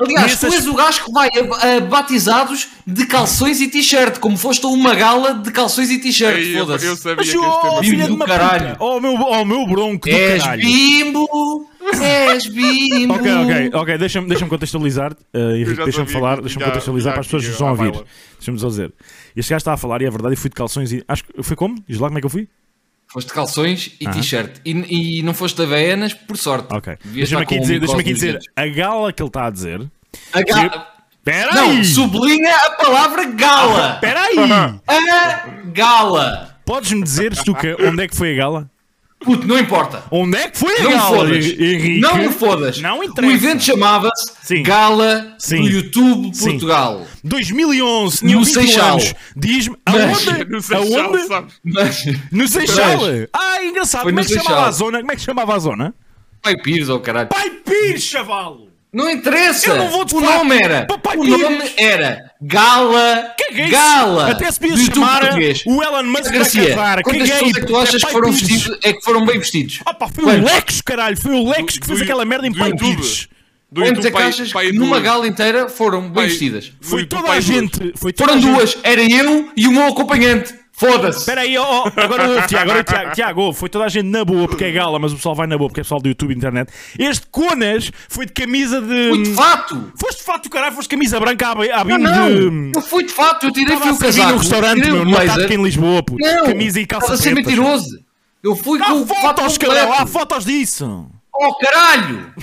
S3: Aliás,
S2: Nessas-
S3: tu és o gajo que vai a, a batizados de calções e t-shirt, como foste a uma gala de calções e
S1: Aí
S3: t-shirt,
S1: eu, eu
S3: foda-se.
S1: sabia
S2: Mas
S1: que este
S2: oh,
S1: tema...
S3: Bimbo
S2: filha de
S3: do
S2: uma
S3: caralho.
S2: puta. Oh meu, oh meu bronco do
S3: És
S2: caralho.
S3: bimbo, és bimbo.
S2: Ok, ok, ok, deixa-me deixa contextualizar, eh, Henrique,
S1: já
S2: deixa-me
S1: sabia
S2: falar,
S1: que
S2: deixa-me
S1: tinha- tinha
S2: contextualizar para as pessoas que
S1: aqui
S2: estão a
S1: a
S2: ouvir.
S1: baila.
S2: Deixa-me só dizer. Este gajo está a falar e é verdade, eu fui de calções e. Acho que foi como? Diz lá como é que eu fui?
S3: Foste de calções e t-shirt. E, e não foste de Havaianas, por sorte.
S2: Ok. Deixa-me
S3: Devias estar com
S2: aqui
S3: um
S2: dizer, deixa-me aqui
S3: micose
S2: dizer,
S3: nos
S2: a gala que ele está a dizer.
S3: dedos. A ga-
S2: Pera
S3: Não,
S2: aí!
S3: sublinha a palavra gala.
S2: Ah, Pera aí!
S3: A gala.
S2: Podes-me dizer, Stuka, onde é que foi a gala?
S3: Puto, não importa.
S2: Onde é que foi a
S3: Não me
S2: gala,
S3: fodas.
S2: Henrique?
S3: Não me fodas.
S2: Não
S3: O
S2: interessa.
S3: evento chamava-se
S2: Sim.
S3: Gala
S2: Sim.
S3: do YouTube
S2: Sim.
S3: Portugal.
S2: 2011, tinha
S3: No
S2: 21
S3: Seixal.
S2: anos. Diz-me,
S3: Mas-
S2: aonde?
S1: assim, Não sei se já
S2: aonde?
S1: sabes.
S3: Mas...
S2: No Seixal!
S3: Mas-
S2: Ah, engraçado,
S3: Foi
S2: como é
S3: no
S2: que chamava
S3: Seixal.
S2: a zona? Como é que chamava a zona?
S3: Pai Pires, ou oh, caralho.
S2: Pai Pires, chavalo!
S3: Não interessa!
S2: Eu não vou
S3: o
S2: descolar-
S3: nome era.
S2: Papai
S3: o
S2: Pires.
S3: nome era Gala.
S2: Que é isso?
S3: Gala!
S2: Até se podia
S3: do YouTube
S2: chamar
S3: português.
S2: o Elon Musk para
S3: Garcia,
S2: casar. Que gay,
S3: quantas pessoas é que tu achas que
S2: Pai
S3: foram,
S2: Pires.
S3: vestidos, é que foram bem vestidos?
S2: Ah pá, foi o
S3: Quantos?
S2: Lex, caralho. Foi o Lex que fez
S1: Do-
S2: aquela merda em
S1: do
S2: Pai
S1: YouTube.
S2: Pires.
S1: Do
S2: um
S3: Quantas
S1: YouTube,
S3: é que
S1: pai-
S3: achas
S1: pai
S3: que
S1: duas.
S3: numa gala inteira foram bem vestidas?
S1: No
S2: Foi
S1: YouTube,
S2: toda
S1: pai
S2: a
S1: duas.
S2: gente. Foi toda
S3: Foram
S2: a gente.
S3: duas, era eu e o meu acompanhante. Foda-se!
S2: Espera aí, ó, ó, agora o Tiago, agora o Tiago, Tiago, foi toda a gente na boa porque é gala, mas o pessoal vai na boa porque é pessoal do YouTube e internet. Este Conas foi de camisa de.
S3: Fui de fato!
S2: Foste de fato, caralho, foste de camisa branca à, à
S3: Não,
S2: bim
S3: não!
S2: de.
S3: Eu fui de fato, eu tirei
S2: Estava
S3: fui
S2: a
S3: o
S2: servir
S3: um casaco.
S2: no restaurante,
S3: tirei o
S2: meu, numa
S3: blazer.
S2: tarde em Lisboa, puto.
S3: Não!
S2: Camisa e calça
S3: Estás a ser
S2: pretas.
S3: mentiroso! Eu fui com
S2: Há
S3: o fato
S2: fotos,
S3: completo.
S2: caralho, há fotos disso.
S3: Oh caralho!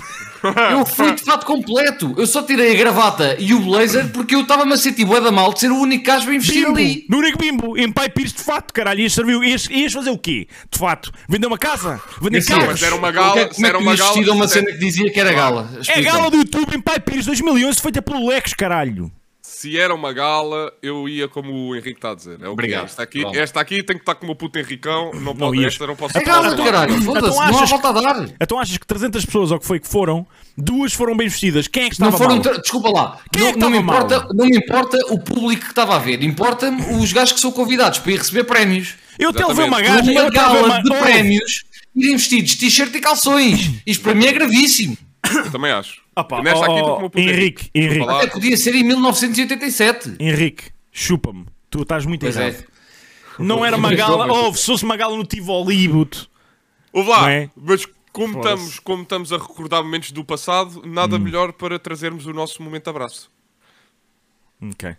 S3: Eu fui de fato completo! Eu só tirei a gravata e o blazer porque eu estava-me a sentir bué da mal de ser o único gajo bem vestido
S2: Bimbo,
S3: ali.
S2: no único bimbo, em Pai Pires de fato, caralho, ias serviu, ias, ias fazer o quê? De fato, vender uma casa? Vender
S3: Garcia,
S1: Não,
S2: carros?
S1: mas era uma
S3: Como é
S1: gala.
S3: que
S1: se era
S3: tu
S1: uma
S3: ias
S1: gala.
S3: vestido a uma
S1: se-
S3: cena que dizia que era gala?
S2: É
S3: Explica-me.
S2: gala do YouTube em Pai Pires 2011, feita pelo Lex, caralho.
S1: Se era uma gala, eu ia como o Henrique está a dizer. É o que
S3: Obrigado.
S1: é. Esta aqui,
S3: Pronto.
S1: esta aqui tem que estar com o meu puto Henricão. Não pode,
S2: ias.
S1: esta não posso
S3: É gala do
S1: falar.
S3: caralho! Foda-se,
S2: Então
S3: não há
S2: achas
S3: volta a dar!
S2: Então achas que 300 pessoas, ou que foi que foram, duas foram bem vestidas. Quem é que estava
S3: Não foram,
S2: mal?
S3: tra- desculpa lá,
S2: Quem
S3: não,
S2: é que
S3: não me
S2: estava mal?
S3: importa, não me importa o público que estava a ver, importa-me os gajos que são convidados para ir receber prémios.
S2: Eu até levei uma
S1: Exatamente.
S2: gaja, eu
S3: Uma
S2: até levei
S3: gala
S2: uma...
S3: de
S2: Oh,
S3: prémios, irem vestidos de t-shirt e calções. Isto para mim é gravíssimo.
S1: Eu também acho.
S2: Ah pá,
S1: E nesta aqui
S2: oh,
S1: estou com o meu puto
S2: Henrique, Henrique.
S1: Desculpa lá.
S3: Até podia ser em 1987.
S2: Henrique, chupa-me. Tu estás muito
S3: Pois
S2: errado.
S3: é.
S2: Não era uma gala... Oh, se fosse uma gala no Tivoli, puto.
S1: Ouve
S2: Não
S1: lá,
S2: é?
S1: mas como estamos, como estamos a recordar momentos do passado, nada
S2: Hum.
S1: melhor para trazermos o nosso momento de abraço.
S2: Ok.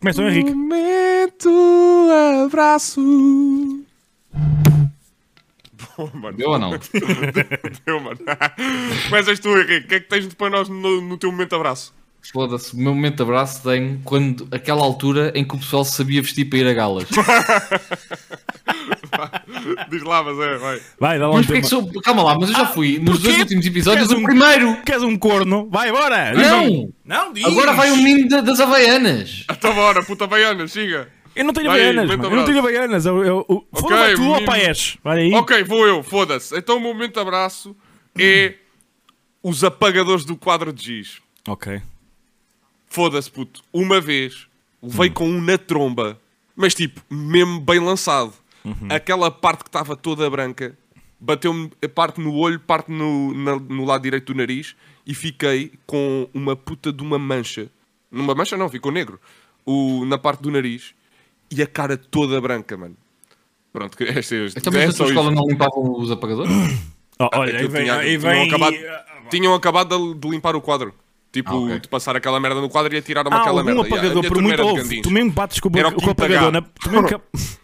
S2: Começa o Henrique.
S1: Momento abraço. Bom, mano,
S3: Eu ou não?
S1: deu, mano. Começas tu, Henrique. O que é que tens para nós no, no teu momento de abraço?
S3: Foda-se, o meu momento de abraço tenho quando aquela altura em que o pessoal se sabia vestir para ir a galas.
S1: Diz lá, mas é, vai.
S2: Vai, dá lá um
S3: Mas porquê que
S2: tema.
S3: sou. Calma lá, mas
S1: Ah,
S3: eu já fui nos
S2: porquê?
S3: dois últimos episódios,
S2: Queres
S3: o
S2: um-
S3: primeiro.
S2: Queres um corno? Vai, bora!
S1: um
S3: Não!
S2: Não, diz!
S3: Agora vai um- o menino da- das Havaianas.
S1: Então bora, puta baiana, siga.
S2: Eu não tenho
S1: Vai,
S2: baianas,
S1: momento
S2: mano. Eu não tenho baianas. Eu, eu, eu... Foda-se, vai tu ou
S1: menino.
S2: paes? Vai aí.
S1: Ok, vou eu, foda-se. Então o meu momento de abraço é os apagadores do quadro de giz. Ah,
S2: Ok.
S1: Foda-se, puto. Uma vez levei com um na tromba, mas tipo, mesmo bem lançado. Aquela parte que estava toda branca bateu-me a parte no olho, parte no, na- no lado direito do nariz e fiquei com uma puta de uma mancha. Numa mancha não, ficou negro. O, na parte do nariz e a cara toda branca, mano. Pronto, que esta é,
S3: Então,
S1: é
S3: mas na
S1: só
S3: tua
S1: isto.
S3: escola não limpavam os apagadores?
S2: Oh, olha, aí
S1: Aquilo
S2: vem...
S1: tinha-
S2: aí
S1: tinham,
S2: vem... ah,
S1: acabado, tinham acabado de, de limpar o quadro. Tipo,
S3: Ah, ok.
S1: de passar aquela merda no quadro e atiraram-me
S2: Ah,
S1: aquela
S2: algum
S1: merda. E a- a
S2: apagador,
S1: minha
S2: por
S1: turma
S2: muito...
S1: era de
S2: Ouve,
S1: Candins.
S2: tu mesmo bates com o,
S1: Era o
S2: com o
S1: quinto
S2: apagador...
S1: H.
S2: Na... Tu mesmo que...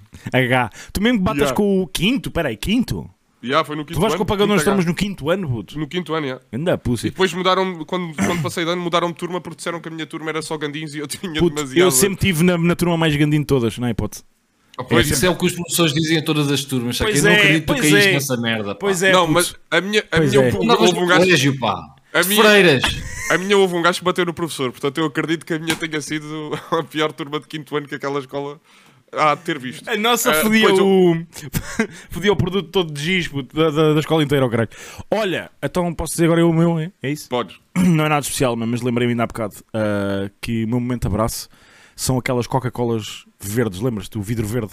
S2: É H. Tu mesmo batas
S1: Yeah.
S2: com o quinto? Peraí, quinto?
S1: Já, foi no quinto
S2: Tu vais
S1: ano,
S2: com o apagador,
S1: quinto
S2: nós estamos
S1: ano.
S2: no quinto ano, puto.
S1: no quinto ano, já.
S2: Anda, pussy.
S1: Depois mudaram, quando, quando passei de ano, mudaram de turma porque disseram que a minha turma era só Gandins e eu tinha
S2: Puto,
S1: demasiado.
S2: eu sempre tive na, na turma mais grandinho de todas, na hipótese.
S1: Ah, Pois
S3: isso é o que os professores dizem a todas as turmas. Só que
S2: Pois
S3: eu não
S2: é,
S3: acredito que
S2: pois
S3: tu caíste
S2: é.
S3: nessa merda. Pá.
S2: Pois é,
S1: Não,
S2: puto.
S1: mas a minha, a
S2: Pois
S1: minha
S2: é.
S1: houve,
S3: Não, mas
S1: houve um gajo,
S3: colégio, pá.
S1: A
S3: De
S1: minha-
S3: Freiras.
S1: a minha houve um gajo que bateu no professor, portanto eu acredito que a minha tenha sido a pior turma de quinto ano que aquela escola há de ter visto.
S2: A nossa
S1: Ah,
S2: fodia
S1: depois eu-
S2: o. fodia o produto todo de giz, puto, da, da, da escola inteira, ao caralho. Olha, então posso dizer agora eu o meu, é? É isso?
S1: Podes.
S2: Não é nada especial, mas lembrei-me ainda há bocado ah, que o meu momento de abraço são aquelas Coca-Colas verdes, lembras-te? O vidro verde.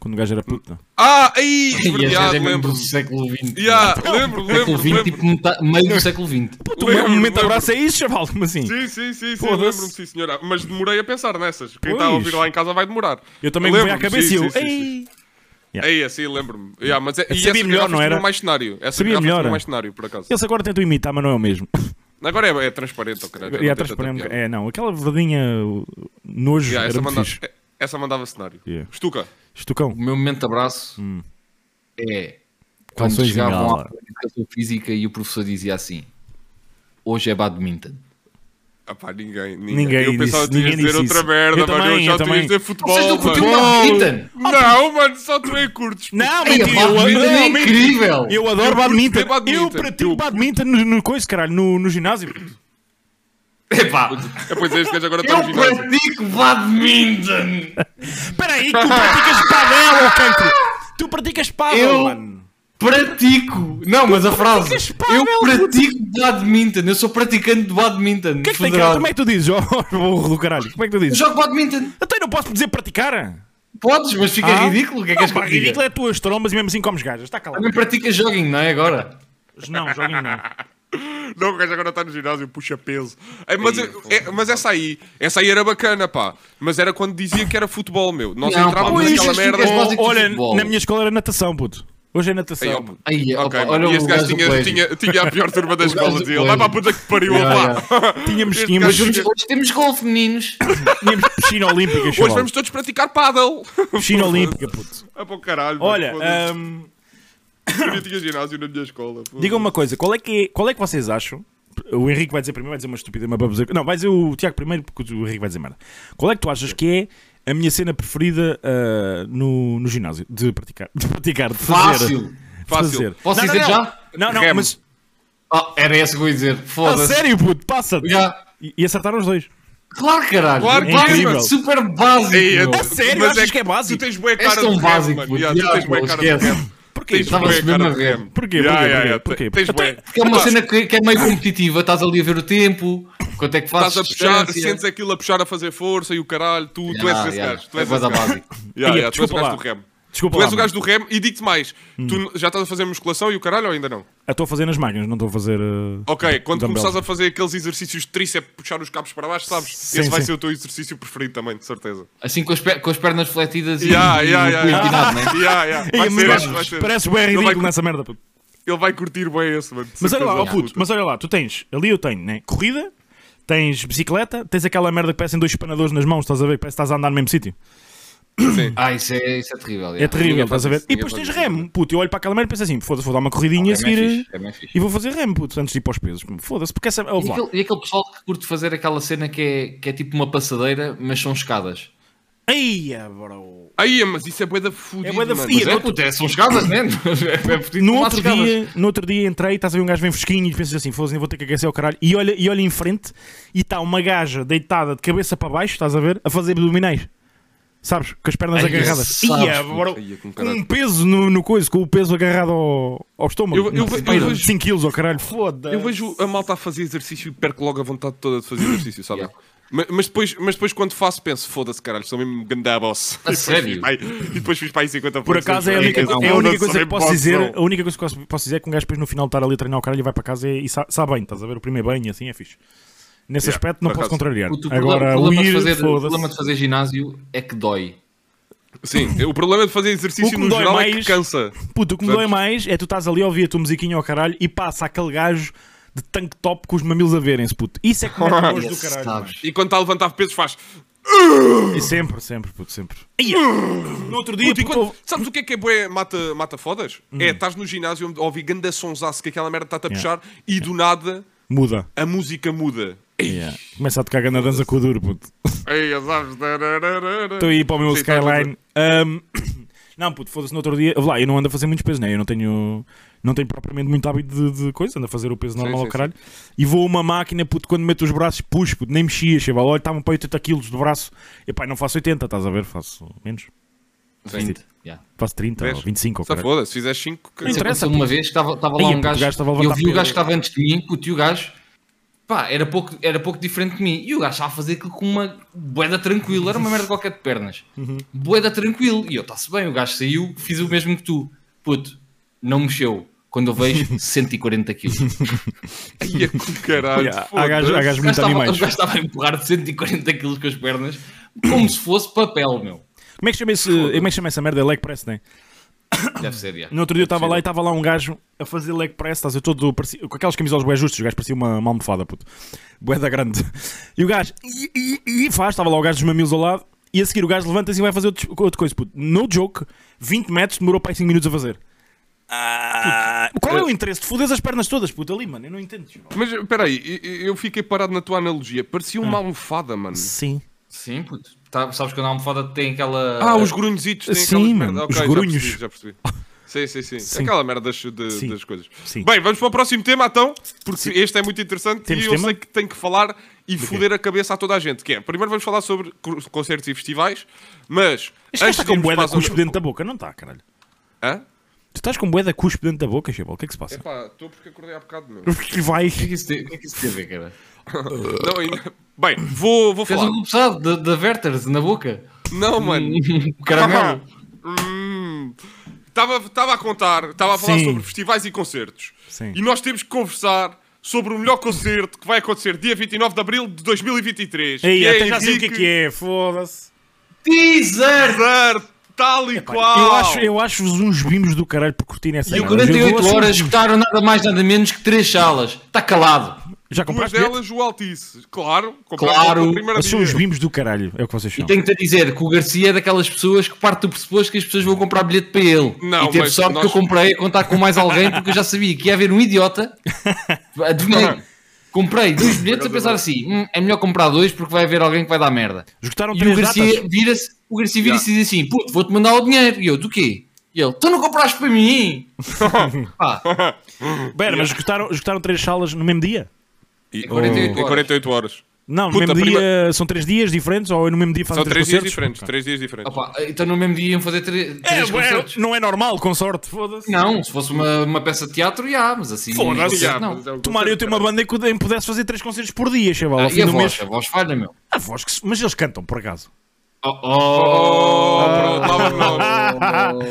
S2: Quando o gajo era puto. não?
S1: Ah, aí!
S3: E este gajo é
S1: Esverdeado,
S3: mesmo do
S1: lembro-me.
S3: século XX.
S1: Ya, lembro-me,
S3: Século
S1: lembro-me.
S3: XX,
S1: lembro-me.
S3: tipo meta- meio do século XX.
S2: Puto, o meu
S1: Lembro-me,
S2: momento de
S1: lembro-me.
S2: abraço é isso, chaval, como assim?
S1: Sim, sim, sim, sim,
S2: Foda-se.
S1: lembro-me, sim, senhora. Mas demorei a pensar nessas. Quem
S2: Pois.
S1: está a ouvir lá em casa vai demorar.
S2: Eu também me veio à
S1: Lembro-me,
S2: cabeça
S1: sim,
S2: e eu.
S1: sim, sim, sim.
S2: Ei!
S1: É isso, sim, lembro-me. Yeah, mas é, e
S2: sabia
S1: essas
S2: melhor,
S1: garrafas
S2: não era?
S1: tinham mais cenário. Essa
S2: Sabia
S1: garrafa
S2: melhor.
S1: tinha mais cenário, por acaso.
S2: Eles agora tentam imitar, mas não é o mesmo.
S1: Agora é, é transparente, oh, caralho. já
S2: E
S1: não
S2: a
S1: tem
S2: transparente-
S1: tanta piada.
S2: É, não, aquela verdinha o- nojo.
S1: Yeah,
S2: era
S1: essa,
S2: muito
S1: manda-
S2: fixe.
S1: é- essa mandava cenário.
S2: Yeah.
S1: Estuca.
S2: Estucão.
S3: O meu momento de abraço é quando
S2: Hum. Calções em
S3: chegavam
S2: gala.
S3: à aula de educação física e o professor dizia assim: Hoje é badminton.
S1: Ah pá, ninguém, ninguém.
S2: Ninguém
S1: eu pensava
S2: disse-
S1: que tu
S2: ninguém
S1: ias dizer
S2: disse
S1: outra
S2: isso.
S1: merda,
S2: Eu
S1: mano.
S2: também,
S1: eu
S2: eu
S1: já tinha
S2: também.
S1: dizer futebol.
S3: Vocês não
S1: mano.
S3: curtiam badminton?
S1: Não, mano, só tu é que curtes.
S2: Não,
S3: Ei,
S2: mentira, eu
S3: badminton
S2: adoro-
S3: é
S2: não,
S3: incrível!
S2: Eu adoro
S1: Eu
S2: badminton.
S1: pratico badminton.
S2: Eu pratico
S1: Eu-
S2: badminton no, no coisa, caralho, no, no ginásio.
S3: Epá,
S1: É, pois é, este gajo agora está no
S3: eu
S1: ginásio.
S3: pratico badminton!
S2: Espera aí, que oh, tu praticas padel, ó cancro. Tu praticas padel,
S3: Eu-
S2: mano.
S3: Pratico! Não, mas a frase.
S2: praticas pádel,
S3: Eu
S2: puto.
S3: pratico badminton. Eu sou praticante de badminton.
S2: O que é que tem que
S3: federado.
S2: Como é que tu dizes, ó burro do caralho? Como é que tu
S3: Eu
S2: dizes?
S3: jogo badminton.
S2: Até não posso dizer praticar.
S3: Podes, mas fica
S2: Ah?
S3: ridículo. O que é que és
S2: Não,
S3: que
S2: pá,
S3: eu te diga?
S2: ridículo é tuas trombas e mesmo assim comes gajas. Está calado.
S3: Também praticas jogging, não é agora?
S2: Não, joguinho não.
S1: Não, o gajo agora está no ginásio, puxa peso. É, mas, eu- é, mas essa aí, essa aí era bacana, pá. Mas era quando dizia que era futebol, meu. Nós
S3: Não, pá,
S1: entrávamos
S3: mas
S1: naquela
S3: isso explica
S1: merda.
S3: as
S2: Ou-
S3: básicas de
S2: olha,
S3: futebol.
S2: na minha escola era natação, puto. Hoje é natação.
S1: Aí, ó, ok,
S3: Aí, opa, olha
S1: mano,
S3: o
S1: e esse gajo tinha,
S3: colégio.
S1: tinha, tinha a pior turma da
S3: gajo
S1: escola
S3: do
S1: dele. Lá para a
S3: colégio.
S1: puta que pariu,
S3: Yeah,
S1: lá.
S2: Tínhamos,
S1: Este
S2: tínhamos,
S1: gajo-
S3: Hoje hoje temos golfe, meninos.
S2: tínhamos piscina olímpica,
S1: Hoje
S2: chaval.
S1: vamos todos praticar paddle.
S2: Piscina olímpica, puto.
S1: Ah, pô, caralho. mano,
S2: Olha, um,
S1: foda-se.
S2: ahm,
S1: Eu nem tinha ginásio na minha escola. foda-se.
S2: Digam-me uma coisa, qual é, que, qual é que vocês acham? O Henrique vai dizer primeiro, vai dizer uma estúpida, uma baboseira. Não, vai dizer o Tiago primeiro, porque o Henrique vai dizer merda. Qual é que tu achas que é a minha cena preferida ah, no, no ginásio? De praticar. De praticar, de fazer.
S3: Fácil.
S2: de
S1: Fácil.
S2: fazer.
S3: Posso
S2: não,
S3: dizer
S2: não, não.
S3: já?
S2: Não, não,
S1: Remo.
S2: mas.
S3: Ah, era essa que eu ia dizer.
S2: A
S3: Foda-se.
S2: sério, puto, passa-te.
S3: Já.
S2: E, e acertaram os dois.
S3: Claro, caralho.
S1: Claro,
S3: É
S1: claro,
S3: básico,
S2: mano.
S3: super básico.
S1: Ei,
S3: meu.
S1: eu-
S2: A sério?
S1: mas
S2: Achas
S1: é
S2: que é básico?
S1: Tu tens bué
S3: És
S1: cara
S3: tão
S1: de
S3: um básico,
S1: remo, mano.
S3: puto.
S1: Yeah, Tu
S3: Yeah,
S1: tens bué
S3: pô,
S1: cara de
S3: esquece.
S1: remo.
S2: Porquê?
S1: Tens
S2: Porquê?
S1: bué
S3: Estava-se mesmo
S1: cara
S3: a
S1: de
S3: ver.
S1: remo.
S2: Porquê?
S1: Yeah,
S2: Porquê?
S1: yeah, yeah.
S2: Porquê?
S1: Tu-
S2: Porquê?
S1: Tens bué.
S3: Que é uma
S1: Pá,
S3: cena que, que é meio competitiva. Estás ali a ver o tempo. Quanto é que fazes?
S1: Estás a puxar,
S3: distância.
S1: sentes aquilo a puxar a fazer força e o caralho, tu, tu és
S3: Yeah,
S1: esse
S3: yeah.
S1: gajo. Tu és
S3: É
S1: esse
S3: coisa
S1: gajo.
S3: básica.
S1: Yeah,
S2: Ia,
S1: yeah, tu és o
S2: desculpa
S1: gajo
S2: lá.
S1: do remo.
S2: Desculpa
S1: Tu és
S2: lá, Hum.
S1: o gajo do remo e digo-te mais, tu já estás a fazer musculação e o caralho ou ainda não?
S2: Eu Estou a fazer nas máquinas, não estou a fazer. ah,
S1: Ok, quando
S2: dumbbells.
S1: começares a fazer aqueles exercícios de tríceps, puxar os cabos para baixo, sabes?
S2: Sim,
S1: Esse vai
S2: sim.
S1: ser o teu exercício preferido também, de certeza.
S3: Assim com as, per- com as pernas fletidas e-
S1: Yeah,
S3: e
S1: yeah,
S3: o
S1: yeah,
S3: punho
S1: yeah.
S3: empinado, não é?
S1: Yeah, yeah. Vai
S2: né? Ei, mas
S1: ser
S2: parece-
S1: esse, vai ser.
S2: Parece bem
S1: Ele vai
S2: ridículo
S1: cur-
S2: nessa merda, puto.
S1: Ele vai curtir bem esse, mano. de
S2: Mas olha
S1: certeza
S2: lá, ó puto,
S1: absoluta.
S2: mas olha lá, tu tens, ali eu tenho, né? Corrida, tens bicicleta, tens aquela merda que parecem dois espanadores nas mãos, estás a ver? Que parece que estás a andar no mesmo sítio.
S3: Ah, isso é, isso é terrível.
S2: É terrível,
S1: faz
S2: estás a ver?
S1: isso,
S2: E
S1: ninguém
S2: depois
S1: faz
S2: tens
S1: isso.
S2: remo, puto. Eu olho para aquela merda e penso assim, foda-se, vou dar uma corridinha a
S3: É
S2: seguir
S3: bem fixe, é bem fixe.
S2: e vou fazer remo, puto, antes de ir para os pesos. Foda-se, porque essa. ouve
S3: E
S2: lá.
S3: aquele, e aquele pessoal que curte fazer aquela cena que é, que é tipo uma passadeira, mas são escadas.
S2: Eia, bro.
S1: Aí, mas isso é bué da fudida,
S2: É bué da
S1: mano.
S2: fudida.
S3: Mas é, puto, é, são escadas, né? É, é fodido,
S2: No
S3: não há
S2: outro,
S3: escadas.
S2: dia, no outro dia entrei, estás a ver um gajo bem fresquinho e pensas assim, foda-se, ainda vou ter que aquecer ao caralho. E olha, e olha em frente e está uma gaja deitada de cabeça para baixo, estás a ver, a fazer abdominais. Sabes? Com as pernas
S3: Ai,
S2: agarradas.
S3: sabes,
S2: Ia,
S3: puto,
S2: bro,
S1: ia com
S2: com
S1: caralho.
S2: um peso no, no coiso, com o peso agarrado ao, ao estômago.
S1: Eu- eu- eu vejo-
S2: 5 quilos ao caralho, foda
S1: Eu vejo a malta a fazer exercício e perco logo a vontade toda de fazer exercício, sabem?
S3: Yeah.
S1: Ma- Mas depois, mas depois quando faço penso, foda-se caralho, sou mesmo ganda boss. E
S3: A
S1: depois
S3: sério?
S1: fiz pá aí- E depois fiz para aí 50
S2: Por acaso é a única,
S3: É,
S2: é a
S3: não,
S2: única
S1: não
S2: coisa
S1: sei,
S2: que posso
S1: posso
S2: dizer,
S1: não.
S2: a única coisa que posso- posso dizer é que um gajo depois no final de estar ali a treinar o caralho e vai para casa e, e sa- sabe bem, estás a ver o primeiro bem e assim é fixe. Nesse
S1: Yeah,
S2: aspecto não
S1: por
S2: posso
S1: acaso.
S2: contrariar.
S3: Puto, o problema-
S2: Agora
S3: o
S2: o
S3: problema de
S2: ir,
S3: fazer- o problema
S2: foda-se.
S3: de fazer ginásio é que dói.
S1: Sim, o problema de fazer
S2: O que
S1: exercício
S2: me
S1: no
S2: dói
S1: geral é que
S2: mais-
S1: cansa.
S2: Puto, o que me dói mais é tu estás ali a ouvir a tua musiquinha ao caralho e passa aquele gajo de tanque top com os mamilos a verem-se, puto. Isso é que me dá nojo do
S3: Esse,
S2: caralho. mano.
S3: sabes?
S1: E quando está a levantar pesos faz.
S2: E sempre, sempre, puto, sempre. Ia. No outro dia,
S1: Puto, e
S2: puto,
S1: quando-
S2: houve- Hum.
S1: Sabes o que é que é bué mata, mata fodas? É, estás no ginásio a ouvir ganda sonsaço que aquela merda está-te a puxar e do nada
S2: muda.
S1: a música muda. Ei,
S2: Yeah. Começa a tocar a dança com o duro, puto.
S1: ei, sabes?
S2: Estou aí para o meu
S1: Sim,
S2: Skyline. Ahm, não, puto, foda-se no outro dia. Vá Lá, eu não ando a fazer muitos pesos, né? Eu não tenho, não tenho propriamente muito hábito de, de coisa. Ando a fazer o peso normal
S1: sim,
S2: ao caralho. E vou a uma máquina, puto, quando meto os braços, puxo, puto, nem mexia, chega. Olha, estavam para 80 quilos do braço. E pá, não faço 80, estás a ver? Faço menos.
S3: Vinte. Yeah.
S2: Faço 30 ou
S1: Vês?
S2: 25 ou
S1: Só
S2: caralho.
S1: foda-se, se fizeres 5.
S2: Não interessa,
S3: Aconteceu uma vez que estava estava lá
S2: Ia,
S3: um
S2: puto, o
S3: gajo,
S2: gajo estava a
S3: eu
S2: levantar
S3: vi o
S2: pedra.
S3: gajo que estava antes de mim, puto, e o gajo, pá, era pouco, era pouco diferente de mim. E o gajo estava a fazer aquilo com uma boeda tranquila, era uma merda qualquer de pernas.
S2: Uhum.
S3: Boeda tranquilo. E eu, está-se bem, o gajo saiu, fiz o mesmo que tu. Puto, não mexeu. Quando eu vejo, 140 quilos. O
S1: Ia com caralho.
S2: Yeah, há gajos-
S1: foda-se.
S2: há gajos
S3: gajo
S2: muito
S3: estava- o
S2: animais.
S3: gajo estava a empurrar 140 quilos com as pernas, como se fosse papel, meu.
S2: Como é que chama, esse, como é que chama essa merda? É leg press, né?
S3: Deve ser, já.
S2: No outro dia eu estava lá e estava lá um gajo a fazer leg press, estás a ver, todo parecia- com aquelas camisolas bué justas, o gajo parecia uma, uma almofada, puto. Bué da grande. E o gajo, e, e- e faz, estava lá o gajo dos mamilos ao lado, e a seguir o gajo levanta-se e vai fazer outro, outra coisa, puto. No joke, 20 metros demorou para aí 5 minutos a fazer. Ah, qual é o interesse de foder as pernas todas, puto, ali, mano? Eu não entendo. chaval.
S1: Mas espera aí, e- e- eu fiquei parado na tua analogia. Parecia
S2: Hum.
S1: uma almofada, mano.
S2: Sim.
S3: Sim, puto. Tá- sabes quando a almofada tem aquela.
S1: Ah, os grunhositos têm
S2: Sim,
S1: aquelas
S2: mano,
S1: merda.
S2: os
S1: Ok, já
S2: grunhos.
S1: percebi, Já percebi, Sim, sim, sim, Aquela merda das, de-
S2: Sim.
S1: das coisas.
S2: Sim.
S1: Bem, vamos para o próximo tema então, porque este é muito interessante
S2: Temos
S1: e eu
S2: tema?
S1: sei que tenho que falar e foder a cabeça a toda a gente. Que é, primeiro vamos falar sobre cru- concertos e festivais, mas
S2: Este gajo está
S1: de
S2: com
S1: irmos
S2: bué
S1: para a
S2: da tá,
S1: zona-
S2: cuspe dentro da boca, não está, caralho?
S1: Hã?
S2: Tu estás com bué da cuspe dentro da boca, Chibol. O que é que se passa?
S1: Epá, estou porque acordei há bocado, meu.
S2: Porque vai.
S3: que isso tem- o que é que isso tem a ver, cara?
S1: Não, ainda... Bem, vou, vou
S3: Fez
S1: falar.
S3: um globosado da- da Verters na boca.
S1: Não, mano.
S3: Um Caramelo.
S1: Estava estava Hum. a contar, estava a falar
S2: Sim.
S1: sobre festivais e concertos.
S2: Sim.
S1: E nós temos que conversar sobre o melhor concerto que vai acontecer dia 29 de abril de 2023.
S2: Ei,
S1: que
S2: até
S1: em
S2: já sei o que é
S1: Vic,
S2: que é. Foda-se.
S3: Teaser!
S1: Ferrar, tal e qual.
S2: Eu acho, eu acho-vos uns bimbos do caralho por curtirem essa
S3: E o
S2: merda. Eu
S3: 48
S2: vou-
S3: horas escutaram nada mais nada menos que três salas. Está calado.
S2: Já
S1: Duas
S2: compraste bilhete?
S1: delas o Altice. Claro, compramos
S3: Claro.
S1: logo no primeiro
S2: Mas São os
S1: dia.
S2: bimbos do caralho. É o que vocês
S3: E
S2: chamam.
S3: tenho-te a dizer que o Garcia é daquelas pessoas que parte do pressuposto que as pessoas vão comprar bilhete para ele.
S1: Não,
S3: e teve
S1: mas
S3: sorte
S1: nós-
S3: que eu comprei a contar com mais alguém porque eu já sabia que ia haver um idiota. Adivinhei. Comprei dois bilhetes a pensar assim: "Hum, é melhor comprar dois porque vai haver alguém que vai dar merda.
S2: Esgotaram
S3: E o
S2: três datas.
S3: Garcia vira-se o Garcia vira e diz assim: Puto, vou-te mandar o dinheiro. E eu, do quê? E ele, tu não compraste para mim? Pá,
S2: Pera, mas esgotaram, esgotaram três salas no mesmo dia?
S1: E-
S3: Em 48
S1: em 48 horas.
S2: Não, no
S1: Puta,
S2: mesmo dia.
S1: prima-
S2: São três dias diferentes ou no mesmo dia fazem
S1: São três dias
S2: concertos? Tá.
S1: diferentes.
S2: Ok.
S1: Três dias diferentes.
S3: opá, então no mesmo dia iam fazer tre- três
S2: É,
S3: concertos.
S2: é, não é normal, com sorte. Foda-se.
S3: Não, se fosse uma, uma peça de teatro, já, mas assim.
S2: Foda-se,
S3: não sei,
S1: Já,
S3: não.
S1: mas é um
S2: Tomara eu ter uma banda que eu pudesse fazer três concertos por dia, chaval.
S3: Ah,
S2: Ao
S3: e
S2: fim
S3: a
S2: do
S3: voz?
S2: mês.
S3: A voz falha, meu.
S2: A voz que se- Mas eles cantam, por acaso.
S3: Oh, oh,
S1: Oh, pronto, lá vamos nós.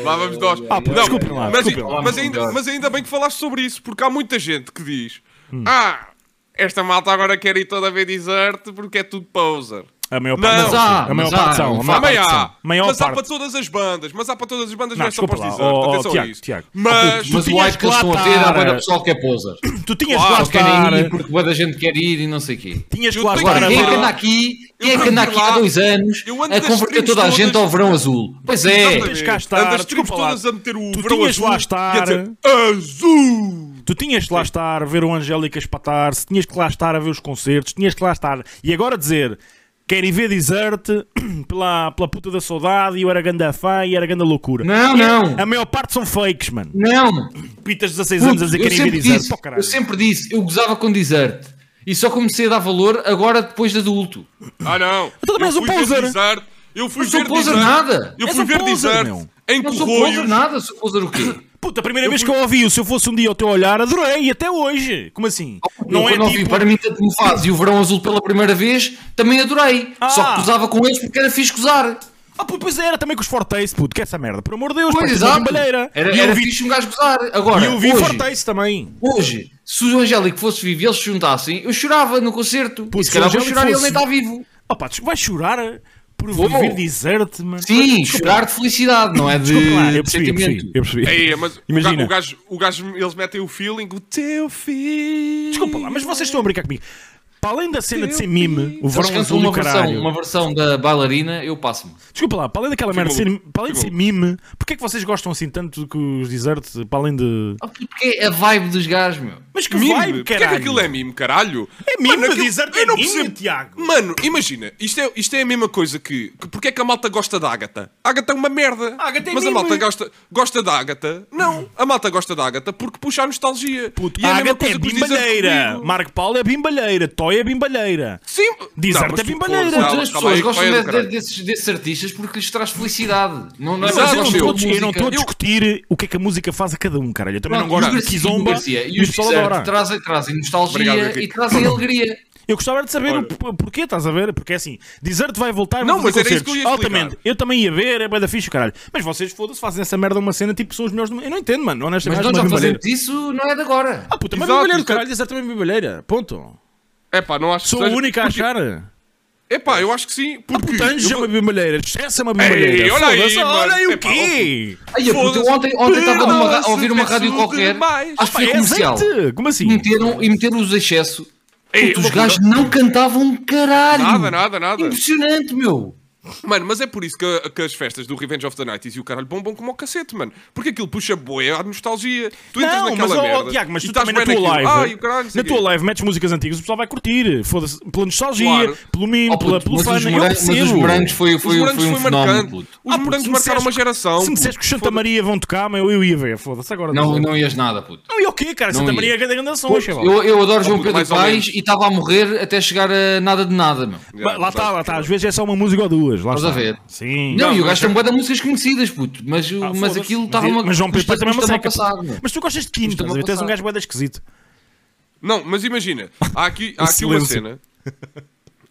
S1: Lá vamos nós.
S2: Ah, pô,
S1: Não,
S2: desculpem lá,
S1: mas,
S2: desculpem
S3: lá.
S1: mas ainda, mas ainda bem que falaste sobre isso, porque há muita gente que diz:
S2: Hum.
S1: Ah, esta malta agora quer ir toda a ver desert porque é tudo poser.
S2: A maior
S1: Não.
S2: parte
S1: Mas
S2: são.
S3: há,
S2: A maior
S3: mas
S2: parte
S3: há,
S2: são. A
S3: mas
S2: maior
S1: Também
S2: parte são.
S1: há,
S2: Maior
S1: mas há para
S2: parte.
S1: todas as bandas, mas há para todas as bandas,
S2: Não,
S1: não, é só para os
S2: desculpa
S1: desert.
S2: lá. Oh, oh,
S1: Atenção a
S2: Tiago,
S1: isso.
S2: Tiago. Ah,
S1: Mas
S3: Mas o hype que eles estão a ter, há bué da pessoal que é poser.
S2: Tu tinhas
S1: Claro,
S2: que lá
S3: Eles querem ir
S2: estar.
S3: porque boa da gente quer ir e não sei o quê.
S2: Tinhas que
S1: Eu
S2: lá
S1: tenho-
S2: estar.
S3: Agora,
S1: Para
S3: quem é
S1: lá.
S3: que anda aqui, quem é
S1: Eu
S3: que anda
S1: ando
S3: aqui há
S1: lá.
S3: dois anos
S1: Eu ando
S3: a
S1: das
S3: converter
S1: streams
S3: toda a
S1: todas. Então,
S3: gente ao verão azul? Pois é.
S1: Exatamente.
S2: cá estar,
S1: Andas streams
S2: desculpa lá.
S1: todas a meter o
S2: Tu
S1: verão
S2: tinhas
S1: azul
S2: lá
S1: e a
S2: estar.
S1: dizer, azul.
S2: Tu tinhas que lá estar, ver o Angélica espatar-se, tinhas que lá estar a ver os concertos, tinhas que lá estar. E agora dizer, quero ir ver Desert pela, pela puta da saudade, e eu era ganda fã e era ganda loucura.
S3: Não,
S2: E
S3: não.
S2: A maior parte são fakes, mano.
S3: Não.
S2: Pitas de 16 anos
S3: Puto,
S2: a dizer que
S3: eu,
S2: querem ver
S3: sempre
S2: Desert.
S3: disse,
S2: Pô, caralho.
S3: eu sempre disse, eu gozava com desert. E só comecei a dar valor agora depois de adulto.
S2: Tipo
S1: Ah, não.
S2: também és um
S1: fui ver
S2: poser.
S1: Desert, Eu fui
S3: Não sou
S1: ver
S3: poser
S1: Desert.
S3: nada.
S1: Eu
S2: És
S1: fui
S2: um
S1: ver
S2: poser,
S1: Desert
S2: meu.
S1: em
S3: Não sou poser
S1: Corroios.
S3: nada, sou poser o quê?
S2: Puta, a primeira vez que eu ouvi o Se Eu Fosse Um Dia ao Teu Olhar, adorei, e até hoje. Como assim?
S3: Não
S2: não
S3: Oh, eu,
S2: é
S3: quando ouvi
S2: tipo...
S3: para mim tanto me faz e o verão azul pela primeira vez, também adorei.
S2: Ah.
S3: Só que gozava com eles porque era fixe gozar.
S2: Ah, pô, pois era, também com os Fortes, puto, que é essa merda. Por amor de Deus,
S3: Pois
S2: parece uma
S3: exato.
S2: bombalheira.
S3: Era,
S2: e eu
S3: era
S2: vi,
S3: fixe um gajo gozar.
S2: e
S3: Agora,
S2: eu vi
S3: hoje,
S2: Fortes também.
S3: hoje, se o Angélico fosse vivo e eles se juntassem, eu chorava no concerto.
S2: Pô,
S3: e
S2: se
S3: se calhar
S2: o
S3: vou
S2: Angélico
S3: chorar e ele
S2: fosse-
S3: nem está vivo.
S2: Oh pá, desculpa, vais chorar por
S3: Vou.
S2: viver deserte, mano.
S3: Sim,
S2: Desculpa lá.
S3: chorar de felicidade, não é de
S2: Desculpa lá, eu percebi, eu percebi,
S3: sentimento.
S2: eu percebi.
S1: É, mas
S2: Imagina.
S1: Imagina. O, gajo, o gajo, eles metem o feeling, o teu filho.
S2: Desculpa lá, mas vocês estão a brincar comigo. Para além da cena de ser mime, o
S3: Eles
S2: verão
S3: cantam
S2: um azul do
S3: uma versão,
S2: caralho.
S3: uma versão da bailarina, eu passo-me.
S2: Desculpa lá, para além daquela merda de ser,
S1: maluco.
S2: para além de ser mime, porquê é que vocês gostam assim tanto que os desert, para além de.
S3: Ah, Porque é a vibe dos gajos, meu.
S2: Mas que
S1: Mime?
S2: vibe,
S1: Porquê é
S2: caralho!
S1: que aquilo é mime, caralho?
S2: É mime,
S1: aquilo-
S2: dizer que é mime, Tiago.
S1: Mano, imagina, isto é, isto é a mesma coisa que, que. Porquê é que a malta gosta da Ágata? A Ágata é uma merda.
S2: A Ágata é
S1: mas
S2: mime.
S1: a malta gosta, gosta da Ágata? Não, a malta gosta da Ágata porque puxa a nostalgia.
S2: Puto,
S1: E é
S2: a
S1: a mesma
S2: Agatha é
S1: coisa que os Desert
S2: bimbalheira,
S1: comigo.
S2: Marco Paulo é bimbalheira, Toy é bimbalheira.
S1: Sim,
S2: Desert
S1: não, mas
S2: é
S1: tu-
S2: bimbalheira.
S1: Calma,
S3: Todas as
S1: calma
S3: pessoas
S1: aí,
S3: gostam
S1: vai
S3: de-
S1: do caralho.
S3: de- desses, desses artistas porque lhes traz felicidade.
S2: Não,
S3: Não, não é
S2: mas
S1: Exato,
S2: eu não
S1: meu.
S2: estou a dis- eu não
S3: música.
S2: estou a discutir o que é que a música faz a cada um, caralho. Eu também não
S3: Pronto,
S2: gosto
S3: e o
S2: de
S3: Garcia-
S2: Kizomba
S3: o Garcia
S2: e o pessoal
S3: Desert
S2: adora.
S3: Trazem, trazem nostalgia
S1: Obrigado, Henrique.
S3: e trazem alegria.
S2: Eu gostava era de saber o p- porquê, estás a ver? Porque é assim, Desert vai voltar
S1: Não,
S2: vão fazer
S1: mas era isso
S2: concertos.
S1: que eu ia explicar.
S2: Altamente. Eu também ia ver, é bué da fixe, caralho. Mas vocês, foda-se, fazem essa merda uma cena tipo são os melhores do mundo. Eu não entendo, mano.
S3: Mas
S2: Honestamente,
S3: nós
S2: acho
S3: já
S2: uma
S3: fazemos
S2: bimbalheira.
S3: isso, não é de agora.
S2: Ah, puta, mas
S1: Exato,
S2: bimbalheira,
S1: exato.
S2: caralho. Desert também é bimbalheira. Ponto.
S1: É pá, não acho que
S2: Sou
S1: seja-
S2: o único a
S1: porque-
S2: achar.
S1: É pá, eu acho que sim.
S2: Ah,
S1: Porque.
S2: puta, Anjos é uma bimbalheira. Chess é uma
S1: Ei,
S2: bimbalheira.
S1: olha aí,
S2: Foda-se,
S1: mano.
S2: Olha aí o
S1: Epá,
S2: quê?
S3: Aí, puta, eu ontem ontem estava numa ra- a ouvir uma rádio
S1: Perdoa-se,
S2: um
S3: qualquer,
S1: demais.
S3: acho que foi
S2: É
S3: comercial,
S2: azeite. É, Como
S3: e
S2: assim?
S3: meteram, e meteram os excesso.
S1: Ei,
S3: Puta, os
S1: loucura.
S3: gajos não cantavam um caralho.
S1: Nada, nada, nada.
S3: Impressionante, meu.
S1: Mano, mas é por isso que, que as festas do Revenge of the Nights e o caralho bombam como o cacete, mano. Porque aquilo puxa boia à nostalgia. Tu entras
S2: Não,
S1: naquela
S2: mas, ó, ó,
S1: merda.
S2: Tiago, mas
S1: e
S2: tu
S1: estás
S2: também na
S1: bem
S2: tua
S1: naquilo.
S2: live.
S1: Ai, o caralho, não sei
S2: na
S1: quê.
S2: tua live metes músicas antigas, o pessoal vai curtir. Foda-se, pela nostalgia,
S1: Claro.
S2: pelo meme,
S3: Oh,
S2: pela,
S3: puto,
S2: pelo
S3: mas,
S2: fã.
S3: os
S2: Eu
S3: moran- mas os
S2: percebo.
S3: morangos foi,
S1: Os
S3: foi,
S1: morangos
S3: foi um
S1: foi,
S3: fenómeno.
S1: marcante.
S3: puto.
S1: Os
S2: Ah, puto,
S1: morangos
S2: se me
S1: marcaram uma
S2: disseres-
S1: geração.
S2: Se me disseres
S1: puto.
S2: que os Santa Maria vão tocar, meu, eu ia ver. Foda-se agora.
S3: Não,
S2: dizer.
S3: não ias nada, puto.
S2: Não, e o quê, cara?
S3: Não
S2: Santa
S3: ia.
S2: Maria é grande canção, chaval.
S3: Eu, eu adoro João
S1: puto,
S3: Pedro
S1: mais ou
S3: Paes
S1: menos.
S3: e estava a morrer até chegar a nada de nada, meu.
S2: Mas Lá está, lá está. Às vezes é só uma música ou duas. conhecidas, lá
S3: Estás a
S2: está.
S3: ver?
S2: Sim.
S3: Não,
S1: Não,
S3: e o
S1: mas-
S3: gajo tem um bué de músicas conhecidas, puto. Mas, o-
S2: Ah,
S3: mas
S2: foda-se.
S3: aquilo estava uma.
S2: Mas João Pedro
S3: custa-
S2: também é uma
S3: custa-me a
S2: seca.
S3: passar, meu.
S2: Mas tu gostas de Tino,
S1: é
S2: estás a ver?
S3: Custa-me a
S2: Tens um
S3: passar.
S2: gajo bué de esquisito.
S1: Não, mas imagina, há aqui, há aqui uma
S2: silêncio.
S1: cena.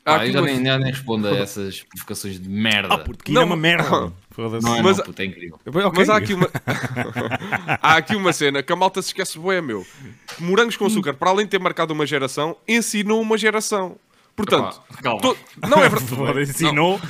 S1: Há
S3: Pá, eu
S1: aqui
S3: já
S1: uma-
S3: nem, já nem respondo a essas provocações de merda.
S2: Ah, porque
S1: Não,
S2: é uma
S1: mas-
S2: merda.
S3: Não é,
S1: Mas-
S3: não, puto, é incrível.
S1: Mas há aqui, uma... há aqui uma cena que a malta se esquece, boé, meu. Morangos com açúcar, para além de ter marcado uma geração, ensinou uma geração. Portanto,
S3: Epá, calma.
S1: to- não é
S2: Foda-se,
S1: verdade.
S2: Ensinou.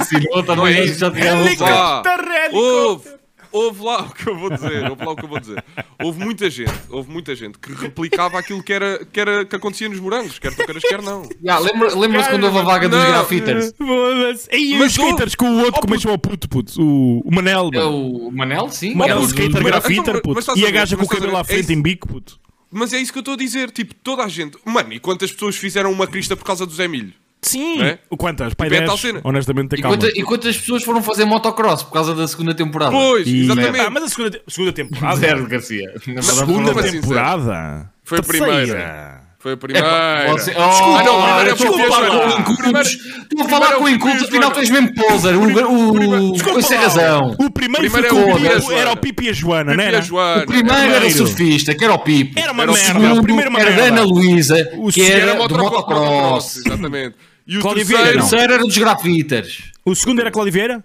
S3: Ensinou
S1: Não é
S3: também,
S1: isso.
S3: já tinha
S2: Helicóptero.
S3: voltado.
S1: Pá,
S2: Terreno.
S1: Ouve, ouve lá o que eu vou dizer, ouve lá o que eu vou dizer. Houve muita gente, houve muita gente que replicava aquilo que era que, era, que acontecia nos morangos, quer tu queiras, quer não.
S3: Já, lembra- Lembra-se quando houve a vaga dos
S1: Não.
S3: grafiters?
S2: Foda-se. E os
S1: Mas ouve.
S2: skaters com o outro, como é que chama o puto, puto? O, o Manel,
S3: É
S2: mano.
S3: o Manel, sim.
S2: Mano,
S3: era
S2: o
S3: o-
S2: skater
S1: mas-
S2: grafiter,
S1: mas-
S2: puto.
S1: mas estás
S2: E
S1: a
S2: a
S1: ver,
S2: gaja com
S1: mas
S2: o cabelo à
S1: estás a ver, é
S2: frente em bico, puto.
S1: Mas é isso que eu estou a dizer, tipo, toda a gente. Mano, e quantas pessoas fizeram uma crista por causa do Zé Milho?
S2: Sim.
S1: É?
S2: O Quantas? Pai
S1: Tipo, é
S2: 10?
S1: tal cena.
S2: Honestamente, tem
S3: E,
S2: calma.
S3: quanta-
S1: é-
S3: e quantas pessoas foram fazer motocross por causa da segunda temporada?
S1: Pois,
S2: E-
S1: exatamente.
S3: né?
S2: Ah, mas a segunda, segunda temporada.
S3: Zero Garcia. Na verdade,
S2: Segunda
S1: Mas, assim,
S2: temporada?
S1: Foi a
S2: Terceira.
S1: primeira. Foi a
S3: É,
S1: primeira.
S3: pá, você- Oh,
S1: Ah, não,
S3: ah,
S1: primeiro é
S3: desculpa,
S1: para o
S3: lá,
S1: Fiesman.
S3: incultos.
S1: Primeiro-
S3: Estou a
S1: primeiro
S3: falar
S1: é
S3: com
S1: o
S3: incultos,
S1: Fiesman.
S3: afinal tens mesmo poser. O, o, o,
S1: Desculpa
S3: o sem
S1: lá.
S3: razão.
S2: O primeiro,
S1: Primeiro
S2: foi
S1: é o
S2: com o
S1: Pipi e a
S2: Pipi- era o
S1: Joana.
S2: Pipi e a Joana, não é
S1: Pipi
S2: era?
S1: e a Joana.
S3: O primeiro era o
S2: Primeiro.
S3: surfista, que era o Pipo.
S2: Era uma
S3: o
S2: merda,
S3: segundo
S2: o primeiro uma
S3: era da
S2: merda.
S3: Ana Luísa,
S2: O
S3: que
S2: segundo
S1: Era
S3: era
S1: moto-
S3: é do motocross.
S1: Exatamente. E o
S2: Cláudio
S3: O
S2: Vieira,
S1: terceiro.
S2: é não.
S3: terceiro era dos grafiters.
S2: O segundo era Cláudio Vieira?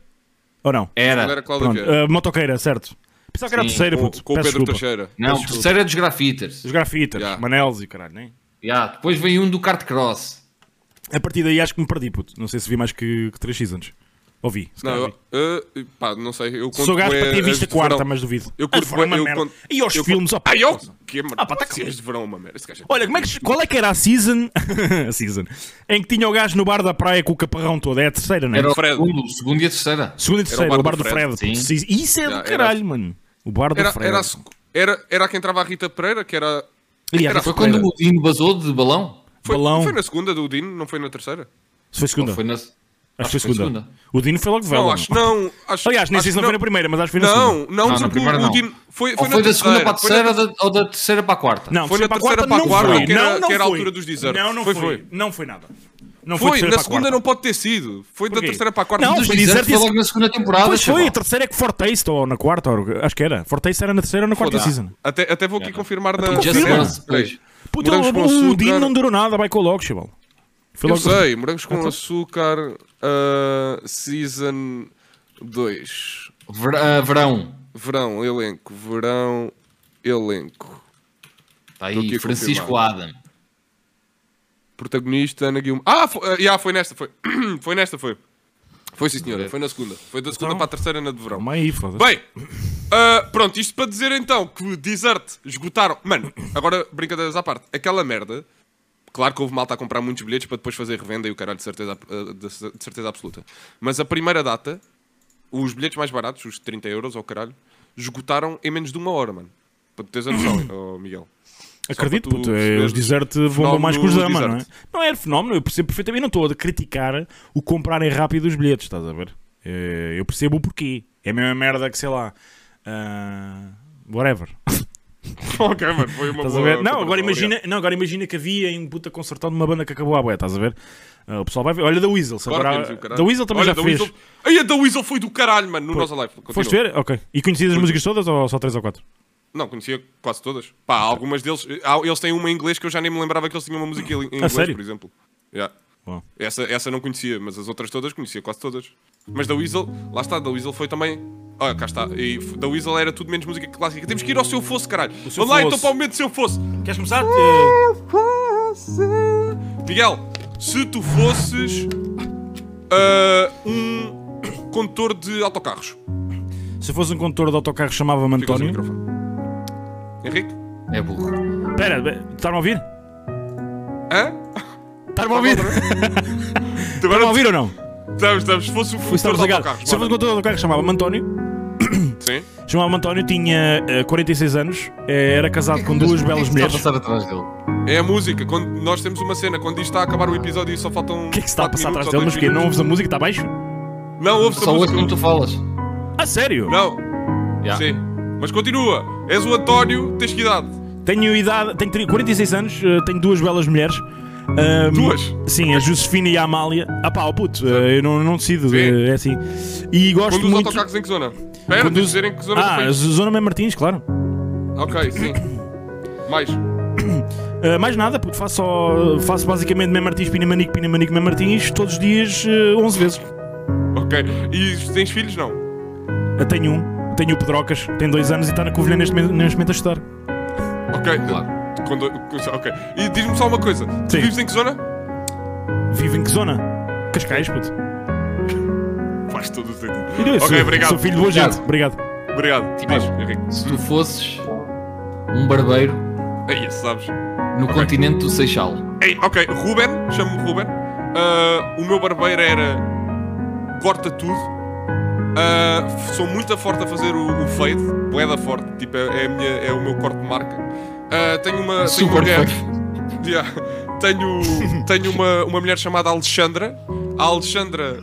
S2: Ou não?
S1: Era
S3: Era.
S1: É, Cláudio
S2: Pronto,
S1: Vieira.
S2: ah, motoqueira, certo. Pensava que era a
S3: Sim,
S2: terceira,
S1: Com,
S2: puto.
S1: com o Pedro
S2: Peço desculpa.
S1: Teixeira.
S3: Não, o terceiro era dos grafiters.
S2: Os grafitas,
S1: Já.
S2: Manels e caralho, nem?
S3: Já, Depois veio um do cartcross.
S2: A partir daí acho que me perdi, puto. Não sei se vi mais que, que 3 seasons. Ouvi. Se
S1: Não,
S2: calhar vi.
S1: eu, eh, pá, não sei. Eu conto
S2: Sou gajo
S1: bué
S2: para ter
S1: as
S2: visto a
S1: de verão.
S2: quarta, mas duvido.
S1: Eu
S2: Ah,
S1: curto
S2: foram
S1: bué,
S2: uma
S1: eu
S2: merda.
S1: conto-
S2: E aos
S1: eu
S2: filmes, ó
S1: conto-
S2: pá.
S1: Ai, ó, que merda.
S2: Ah, pá, tá
S1: Vocês de verão é uma merda. Esse gajo é-
S2: Olha, como é que, qual é que era a season? a season. Em que tinha o gajo no bar da praia com o caparrão todo. É a terceira, não é?
S3: Era o
S1: Fred.
S3: segundo, o segundo e a terceira.
S2: Segunda e terceira,
S1: bar
S2: o bar
S1: do
S2: do Fred.
S1: Fred,
S2: puto.
S3: sim.
S2: Sim, Isso é
S1: Já,
S2: do
S1: era-
S2: caralho, mano. O bar do
S1: Era,
S2: Fred.
S1: era, a seg- era, era a que entrava a Rita Pereira, que era.
S2: Aliás,
S1: era-
S2: a
S3: Foi quando
S2: Ferreira.
S3: o Dino basou de balão?
S1: Foi,
S2: Balão.
S1: foi na segunda do Dino, não foi na terceira?
S2: Se foi segunda.
S3: Ou foi na...
S2: Acho que foi
S3: foi
S2: segunda.
S3: segunda.
S2: O Dino foi logo de vela.
S1: Não, acho que não. Acho,
S2: Aliás, nem
S1: acho
S2: sei se
S1: que
S2: não foi na primeira, mas acho que foi na segunda.
S1: Não, não,
S3: na
S1: porque
S3: primeira
S1: o
S3: não.
S1: Dino foi,
S3: Ou
S1: foi na
S3: foi da
S1: terceira,
S3: segunda para a
S1: foi na
S3: terceira ou da- ou da terceira para a quarta?
S2: Não,
S1: Foi
S2: terceira
S1: na terceira
S2: quarta,
S1: para a
S2: não
S1: quarta,
S2: foi.
S1: que era-
S2: não, não
S1: que era a
S2: foi.
S1: altura dos desertos.
S2: Não, não foi.
S1: Foi,
S2: Não foi nada. Não foi,
S1: Foi,
S2: terceira
S1: na
S2: para a
S1: segunda
S2: quarta.
S1: não pode ter sido. Foi
S2: Porquê?
S1: da terceira para a quarta.
S2: Não,
S1: Mas
S2: foi
S3: Foi dizer
S2: deserto
S3: foi
S2: e-
S3: logo na segunda temporada.
S2: Pois foi,
S3: chaval.
S2: a terceira é que Fortace, ou na quarta, ou- acho que era. Fortace era na terceira ou na quarta É.
S1: foda-se.
S2: season.
S1: Até, até vou aqui confirmar na.
S3: Just
S1: Espera,
S3: Dance,
S1: espera aí.
S3: pois.
S2: Puta,
S1: Morangos com
S2: o, o
S1: açúcar.
S2: Dino não Então durou nada, vai com o logo, chaval. Foi
S1: Eu
S2: logo-
S1: sei, morangos
S2: tá.
S1: com açúcar, ah, season 2.
S3: Ver- ah, Verão.
S1: Verão, elenco, verão, elenco.
S3: Está
S1: Tô aqui
S3: Tá aí,
S1: a
S3: Francisco
S1: confirmar.
S3: Adam.
S1: Protagonista, Ana Guilherme. Ah, foi, ah, yeah, foi nesta, foi. foi nesta, foi. Foi sim, senhora, foi na segunda. Foi da segunda
S2: Então-
S1: para a terceira na de verão.
S2: Calma aí, foda-se.
S1: Bem, ah, pronto, isto para dizer então que o Desert esgotaram. Mano, agora brincadeiras à parte, aquela merda. Claro que houve malta a comprar muitos bilhetes para depois fazer revenda e o caralho, de certeza, ah, de cer- de certeza absoluta. Mas a primeira data, os bilhetes mais baratos, os 30 euros ou caralho, esgotaram em menos de uma hora, mano. Para tu teres a noção, oh, Miguel.
S2: Acredito,
S1: para tu
S2: puto, é,
S1: perceberes
S2: os desert
S1: o
S2: vão mais que os
S1: fenómeno
S2: dama, não é?
S1: desert.
S2: Não é fenómeno, eu percebo perfeitamente. Não estou a criticar o comprarem rápido os bilhetes, estás a ver? Eh, Eu percebo o porquê. É a mesma merda que, sei lá. ah, whatever.
S1: ok, mano, foi uma
S2: Estás a
S1: boa
S2: ver? Não,
S1: comparação,
S2: agora imagina, não, agora imagina que havia em um puta concertão de uma banda que acabou à boia, estás a ver? Ah, o pessoal vai ver. Olha, da Weasel. se
S1: Claro que
S2: agora-
S1: vimos o caralho.
S2: da Weasel também
S1: Olha,
S2: já
S1: da
S2: fez.
S1: Weasel- Ai, a da Weasel foi do caralho, mano, no nosso live. Continua.
S2: Foste ver? Ok. E conhecias as músicas todas ou só três ou quatro?
S1: Não, conhecia quase todas. Pá, algumas deles. há- Eles têm uma em inglês que eu já nem me lembrava que eles tinham uma música em inglês,
S2: sério?
S1: por exemplo. Yeah.
S2: Bom.
S1: Essa, essa não conhecia, mas as outras todas conhecia quase todas. Mas da Weasel, lá está, da Weasel foi também. Ah, cá está. E f- da Weasel era tudo menos música clássica. Temos que ir ao seu fosse, caralho.
S2: Se Eu
S1: Vamos lá
S2: Fosse.
S1: então para o momento se eu fosse.
S2: Queres começar? Eh,
S1: Miguel, se tu fosses ah, um condutor de autocarros.
S2: Se fosse um condutor de autocarro, chamava-me
S1: Fica sem
S2: António.
S1: microfone. Henrique?
S3: É burro.
S2: Espera, estás-me a ouvir?
S1: Hã?
S2: Estás-me a ouvir? Estás-me a ouvir ou não?
S1: Estamos, estamos. Se fosse um
S2: Fui
S1: condutor
S2: estamos
S1: de
S2: a ligar.
S1: autocarros.
S2: Se fosse um
S1: bora.
S2: condutor de autocarro, chamava-me António.
S1: Sim.
S2: Chamava-me António, tinha eh, 46 anos, eh, era casado com duas belas
S3: Está a
S2: mulheres.
S3: passar atrás dele.
S1: É a música. Quando nós temos uma cena, quando isto está a acabar o episódio e só faltam.
S2: O que é que se está a passar atrás dele? Mas o quê? Não ouves a música? Está abaixo?
S1: Não, ouve-se a
S3: Só hoje
S1: música.
S3: como tu falas.
S2: A sério?
S1: Não.
S3: Já.
S1: Sim. Mas continua. És o António, tens que idade.
S2: Tenho idade, tenho tri- 46 anos, eh, tenho duas belas mulheres. Ahm,
S1: Duas?
S2: Sim, a Josefina e a Amália. Ah pá, oh puto, eh, eu não, não decido,
S1: Sim.
S2: eh, é assim. E gosto
S1: Conduz
S2: muito.
S1: autocarros em que zona? Espera,
S2: Conduz-
S1: Conduz... dizer em que zona do
S2: Ah,
S1: país.
S2: Zona Mãe Martins, claro.
S1: Ok, sim. Mais.
S2: Uh, mais nada, puto, faço, só, faço basicamente Mem Martins, Pinamanico, Pinamanico, Mem Martins todos os dias uh, 11 vezes.
S1: Ok. E tens filhos? Não.
S2: Uh, tenho um, tenho o Pedrocas, tem dois anos e está na Covilhã neste, momento- neste momento a estudar.
S1: Ok.
S3: Claro.
S1: Condo- Ok. E diz-me só uma coisa. Tu
S2: Sim.
S1: vives em que zona?
S2: Vivo em que zona? Cascais, puto.
S1: Faz todo o sentido.
S2: E eu
S1: Ok,
S2: sou,
S1: obrigado.
S2: Sou filho de boa
S3: Obrigado.
S2: gente. Obrigado.
S1: Obrigado.
S3: Tipo,
S1: Diz, Henrique.
S3: Se tu fosses um barbeiro
S1: Aí, esse É sabes.
S3: no
S1: Ok.
S3: continente do Seixal,
S1: Ei, ok. Ruben, chamo-me Ruben. Ah, o meu barbeiro era. Corta tudo. Ah, f- sou muito forte a fazer o, o fade. Boeda forte. Tipo, é, é a minha- é o meu corte de marca. Ah, tenho uma. tenho uma
S3: super
S1: mulher-
S3: feio.
S1: Yeah. Tenho, tenho uma, uma mulher chamada Alexandra. A Alexandra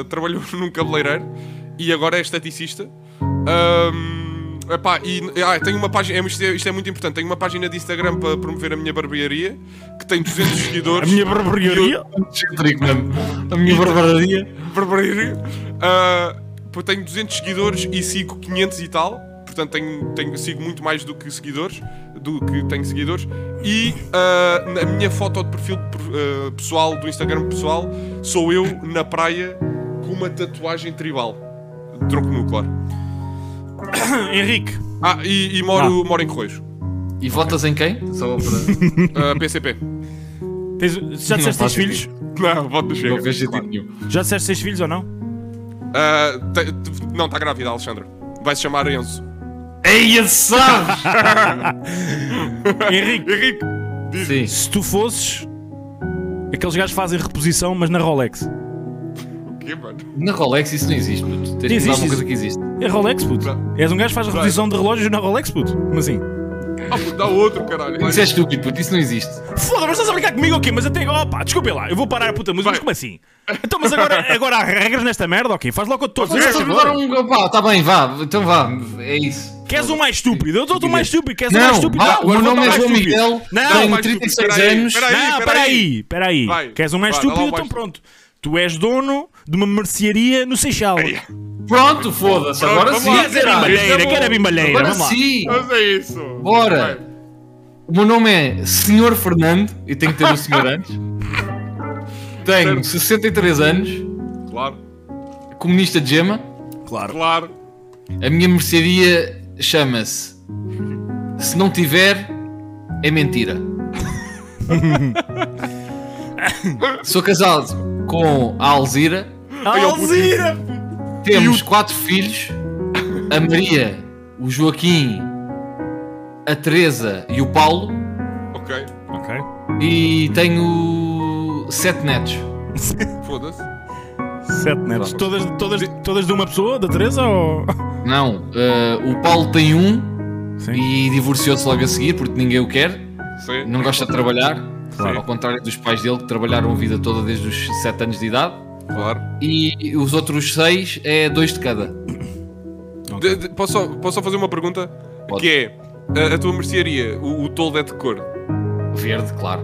S1: uh, trabalhou num cabeleireiro e agora é esteticista. Ahm, epá, e, ah, tenho uma página, é, isto, é, isto é muito importante. Tenho uma página de Instagram para promover a minha barbearia que tem 200
S2: A
S1: seguidores.
S2: minha barbearia.
S3: Excêntrico, mano. A minha barbaria.
S1: barbearia. Ah, pô, tenho 200 seguidores e sigo 500 e tal. Portanto, tenho, tenho- sigo muito mais do que seguidores. Do que tenho seguidores. E ah, na minha foto de perfil per- ah, pessoal, do Instagram pessoal, sou eu na praia com uma tatuagem tribal. Troco nuclear.
S2: Henrique.
S1: Ah, e, e moro, moro em Correios.
S3: E votas em quem? Só para.
S1: Ah, PCP.
S2: Tens, já disseste
S3: faz
S2: seis filhos?
S1: Não, voto do
S3: Não
S1: Chega.
S3: fez sentido nenhum.
S2: Já disseste seis filhos ou não?
S1: Ah, te- te- não, está grávida, Alexandra. Vai-se chamar Enzo.
S3: Ei, esse sabes!
S2: Henrique,
S1: Henrique!
S3: Sim.
S2: se tu fosses. Aqueles gajos que fazem reposição, mas na Rolex.
S1: O quê, mano?
S3: Na Rolex isso não existe, puto. Tens
S2: Existe,
S3: que dar uma coisa
S2: existe.
S3: que existe.
S2: É Rolex, puto.
S1: Não.
S2: És um gajo que faz reposição de relógios na Rolex, puto. Como assim?
S1: Ah, puto, dá outro, caralho.
S3: Isso é estúpido, puto. Isso não existe.
S2: Foda, mas estás a brincar comigo ou quê? Mas até agora, opá, desculpem lá, eu vou parar a puta música, mas
S1: Vai.
S2: como assim? Então, mas agora, agora há regras nesta merda, ok? Faz logo o que eu estou a
S3: Mas
S2: dizer.
S3: estás a dar um. Vá, tá bem, vá. Então vá. É isso.
S2: Queres o mais estúpido? Eu dou-te o mais estúpido, queres o mais
S3: Não,
S2: estúpido?
S3: vá, o
S2: agora
S3: meu
S2: vou
S3: nome
S2: dar
S3: é
S2: o
S3: João
S2: mais estúpido.
S3: Miguel,
S2: Não,
S1: mais
S3: tenho
S1: estúpido,
S3: 36
S1: peraí,
S3: anos.
S1: peraí.
S2: Não, peraí, peraí.
S1: Vai,
S2: Queres o mais
S1: vai, dá lá
S2: estúpido?
S1: o mais
S2: Então pronto. Tu és dono de uma mercearia no Seixal.
S3: Pronto, foda-se. Agora
S1: Pronto,
S3: sim.
S1: vamos lá.
S2: Queres a bimbalheira, queres a bimbalheira,
S3: Agora
S2: vamos lá.
S3: sim.
S1: Mas é isso.
S3: Bora.
S1: Vai.
S3: O meu nome é Senhor Fernando, e tenho que ter o senhor antes. Tenho 63 anos,
S1: Claro,
S3: comunista de gema.
S2: Claro.
S1: claro.
S3: A minha mercearia chama-se Se não tiver, é mentira. Sou casado com a Alzira,
S2: Alzira!
S3: temos quatro filhos: a Maria, o Joaquim, a Teresa e o Paulo.
S1: Ok,
S2: Ok.
S3: E tenho sete netos.
S1: foda-se.
S2: Sete netos. Todas, todas, todas de uma pessoa, da Teresa ou.
S3: Não, eh, o Paulo tem um
S2: Sim.
S3: e divorciou-se logo a seguir porque ninguém o quer,
S1: Sim.
S3: não gosta de trabalhar,
S1: Claro.
S3: ao contrário dos pais dele que trabalharam a vida toda desde os 7 anos de idade.
S1: Claro.
S3: E os outros seis é dois de cada.
S1: De- de- posso, só- posso só fazer uma pergunta?
S3: Pode.
S1: Que é, a, a tua mercearia, o, o toldo é de cor,
S3: Verde, claro.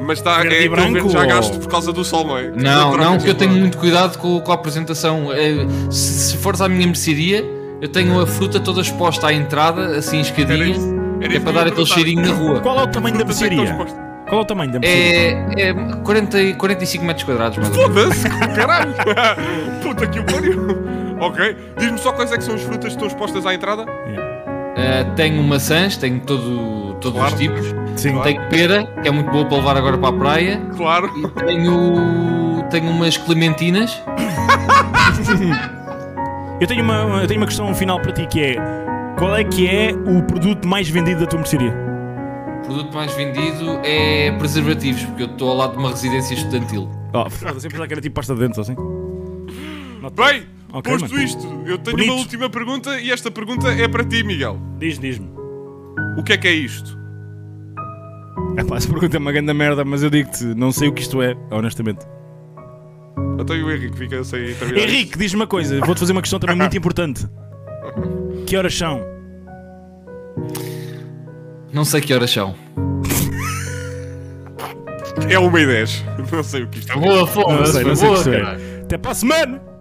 S1: mas está
S2: Verde
S1: é,
S2: e branco,
S1: tão verde já
S2: ou-
S1: gasto por causa do sol, não é?
S3: Não,
S1: Troca
S3: não,
S1: de
S3: que eu tenho
S1: cor.
S3: muito cuidado com, com a apresentação. Eh, se, se fores à minha mercearia, eu tenho a fruta toda exposta à entrada, assim
S1: Era
S3: escadinha,
S1: isso- era
S3: que é
S1: isso que
S3: para
S1: eu
S3: dar
S1: ia
S3: aquele
S1: perguntar.
S3: cheirinho na rua.
S2: Qual é o tamanho da
S1: Frutas é que estão
S2: mercearia?
S1: expostas.
S2: Qual é o tamanho da mercearia?
S3: É, é 40, e 45 metros quadrados, mais ou menos.
S1: Foda-se, caralho! Puta que o pariu! Ok, diz-me só quais é que são as frutas que estão expostas à entrada?
S3: Uh, tenho maçãs, tenho todo, todos
S1: Claro.
S3: os tipos.
S2: Sim.
S3: Tenho pera, que é muito boa para levar agora para a praia.
S1: Claro,
S3: E tenho, tenho umas clementinas.
S2: Eu tenho, uma, eu tenho uma questão final para ti que é qual é que é o produto mais vendido da tua mercearia?
S3: O produto mais vendido é preservativos, porque eu estou ao lado de uma residência estudantil.
S2: Oh, foda-se, eu pensava que era tipo pasta de dentes ou assim.
S1: bem,
S2: Ok,
S1: posto
S2: mano.
S1: isto, eu tenho
S2: Bonito.
S1: uma última pergunta e esta pergunta é para ti, Miguel.
S2: Diz, diz-me.
S1: O que é que é isto?
S2: É pá, essa pergunta é uma grande merda, mas eu digo-te, não sei o que isto é, honestamente.
S1: Até o Henrique fica sem terminar.
S2: Henrique, diz-me uma coisa, vou-te fazer uma questão também muito importante. Que horas são?
S3: Não sei que horas são.
S1: É uma e dez. Não sei o que isto é.
S3: Boa, foda-se.
S2: não sei, não sei
S3: Boa,
S2: que sou eu.
S3: caralho.
S2: é. Até para a semana!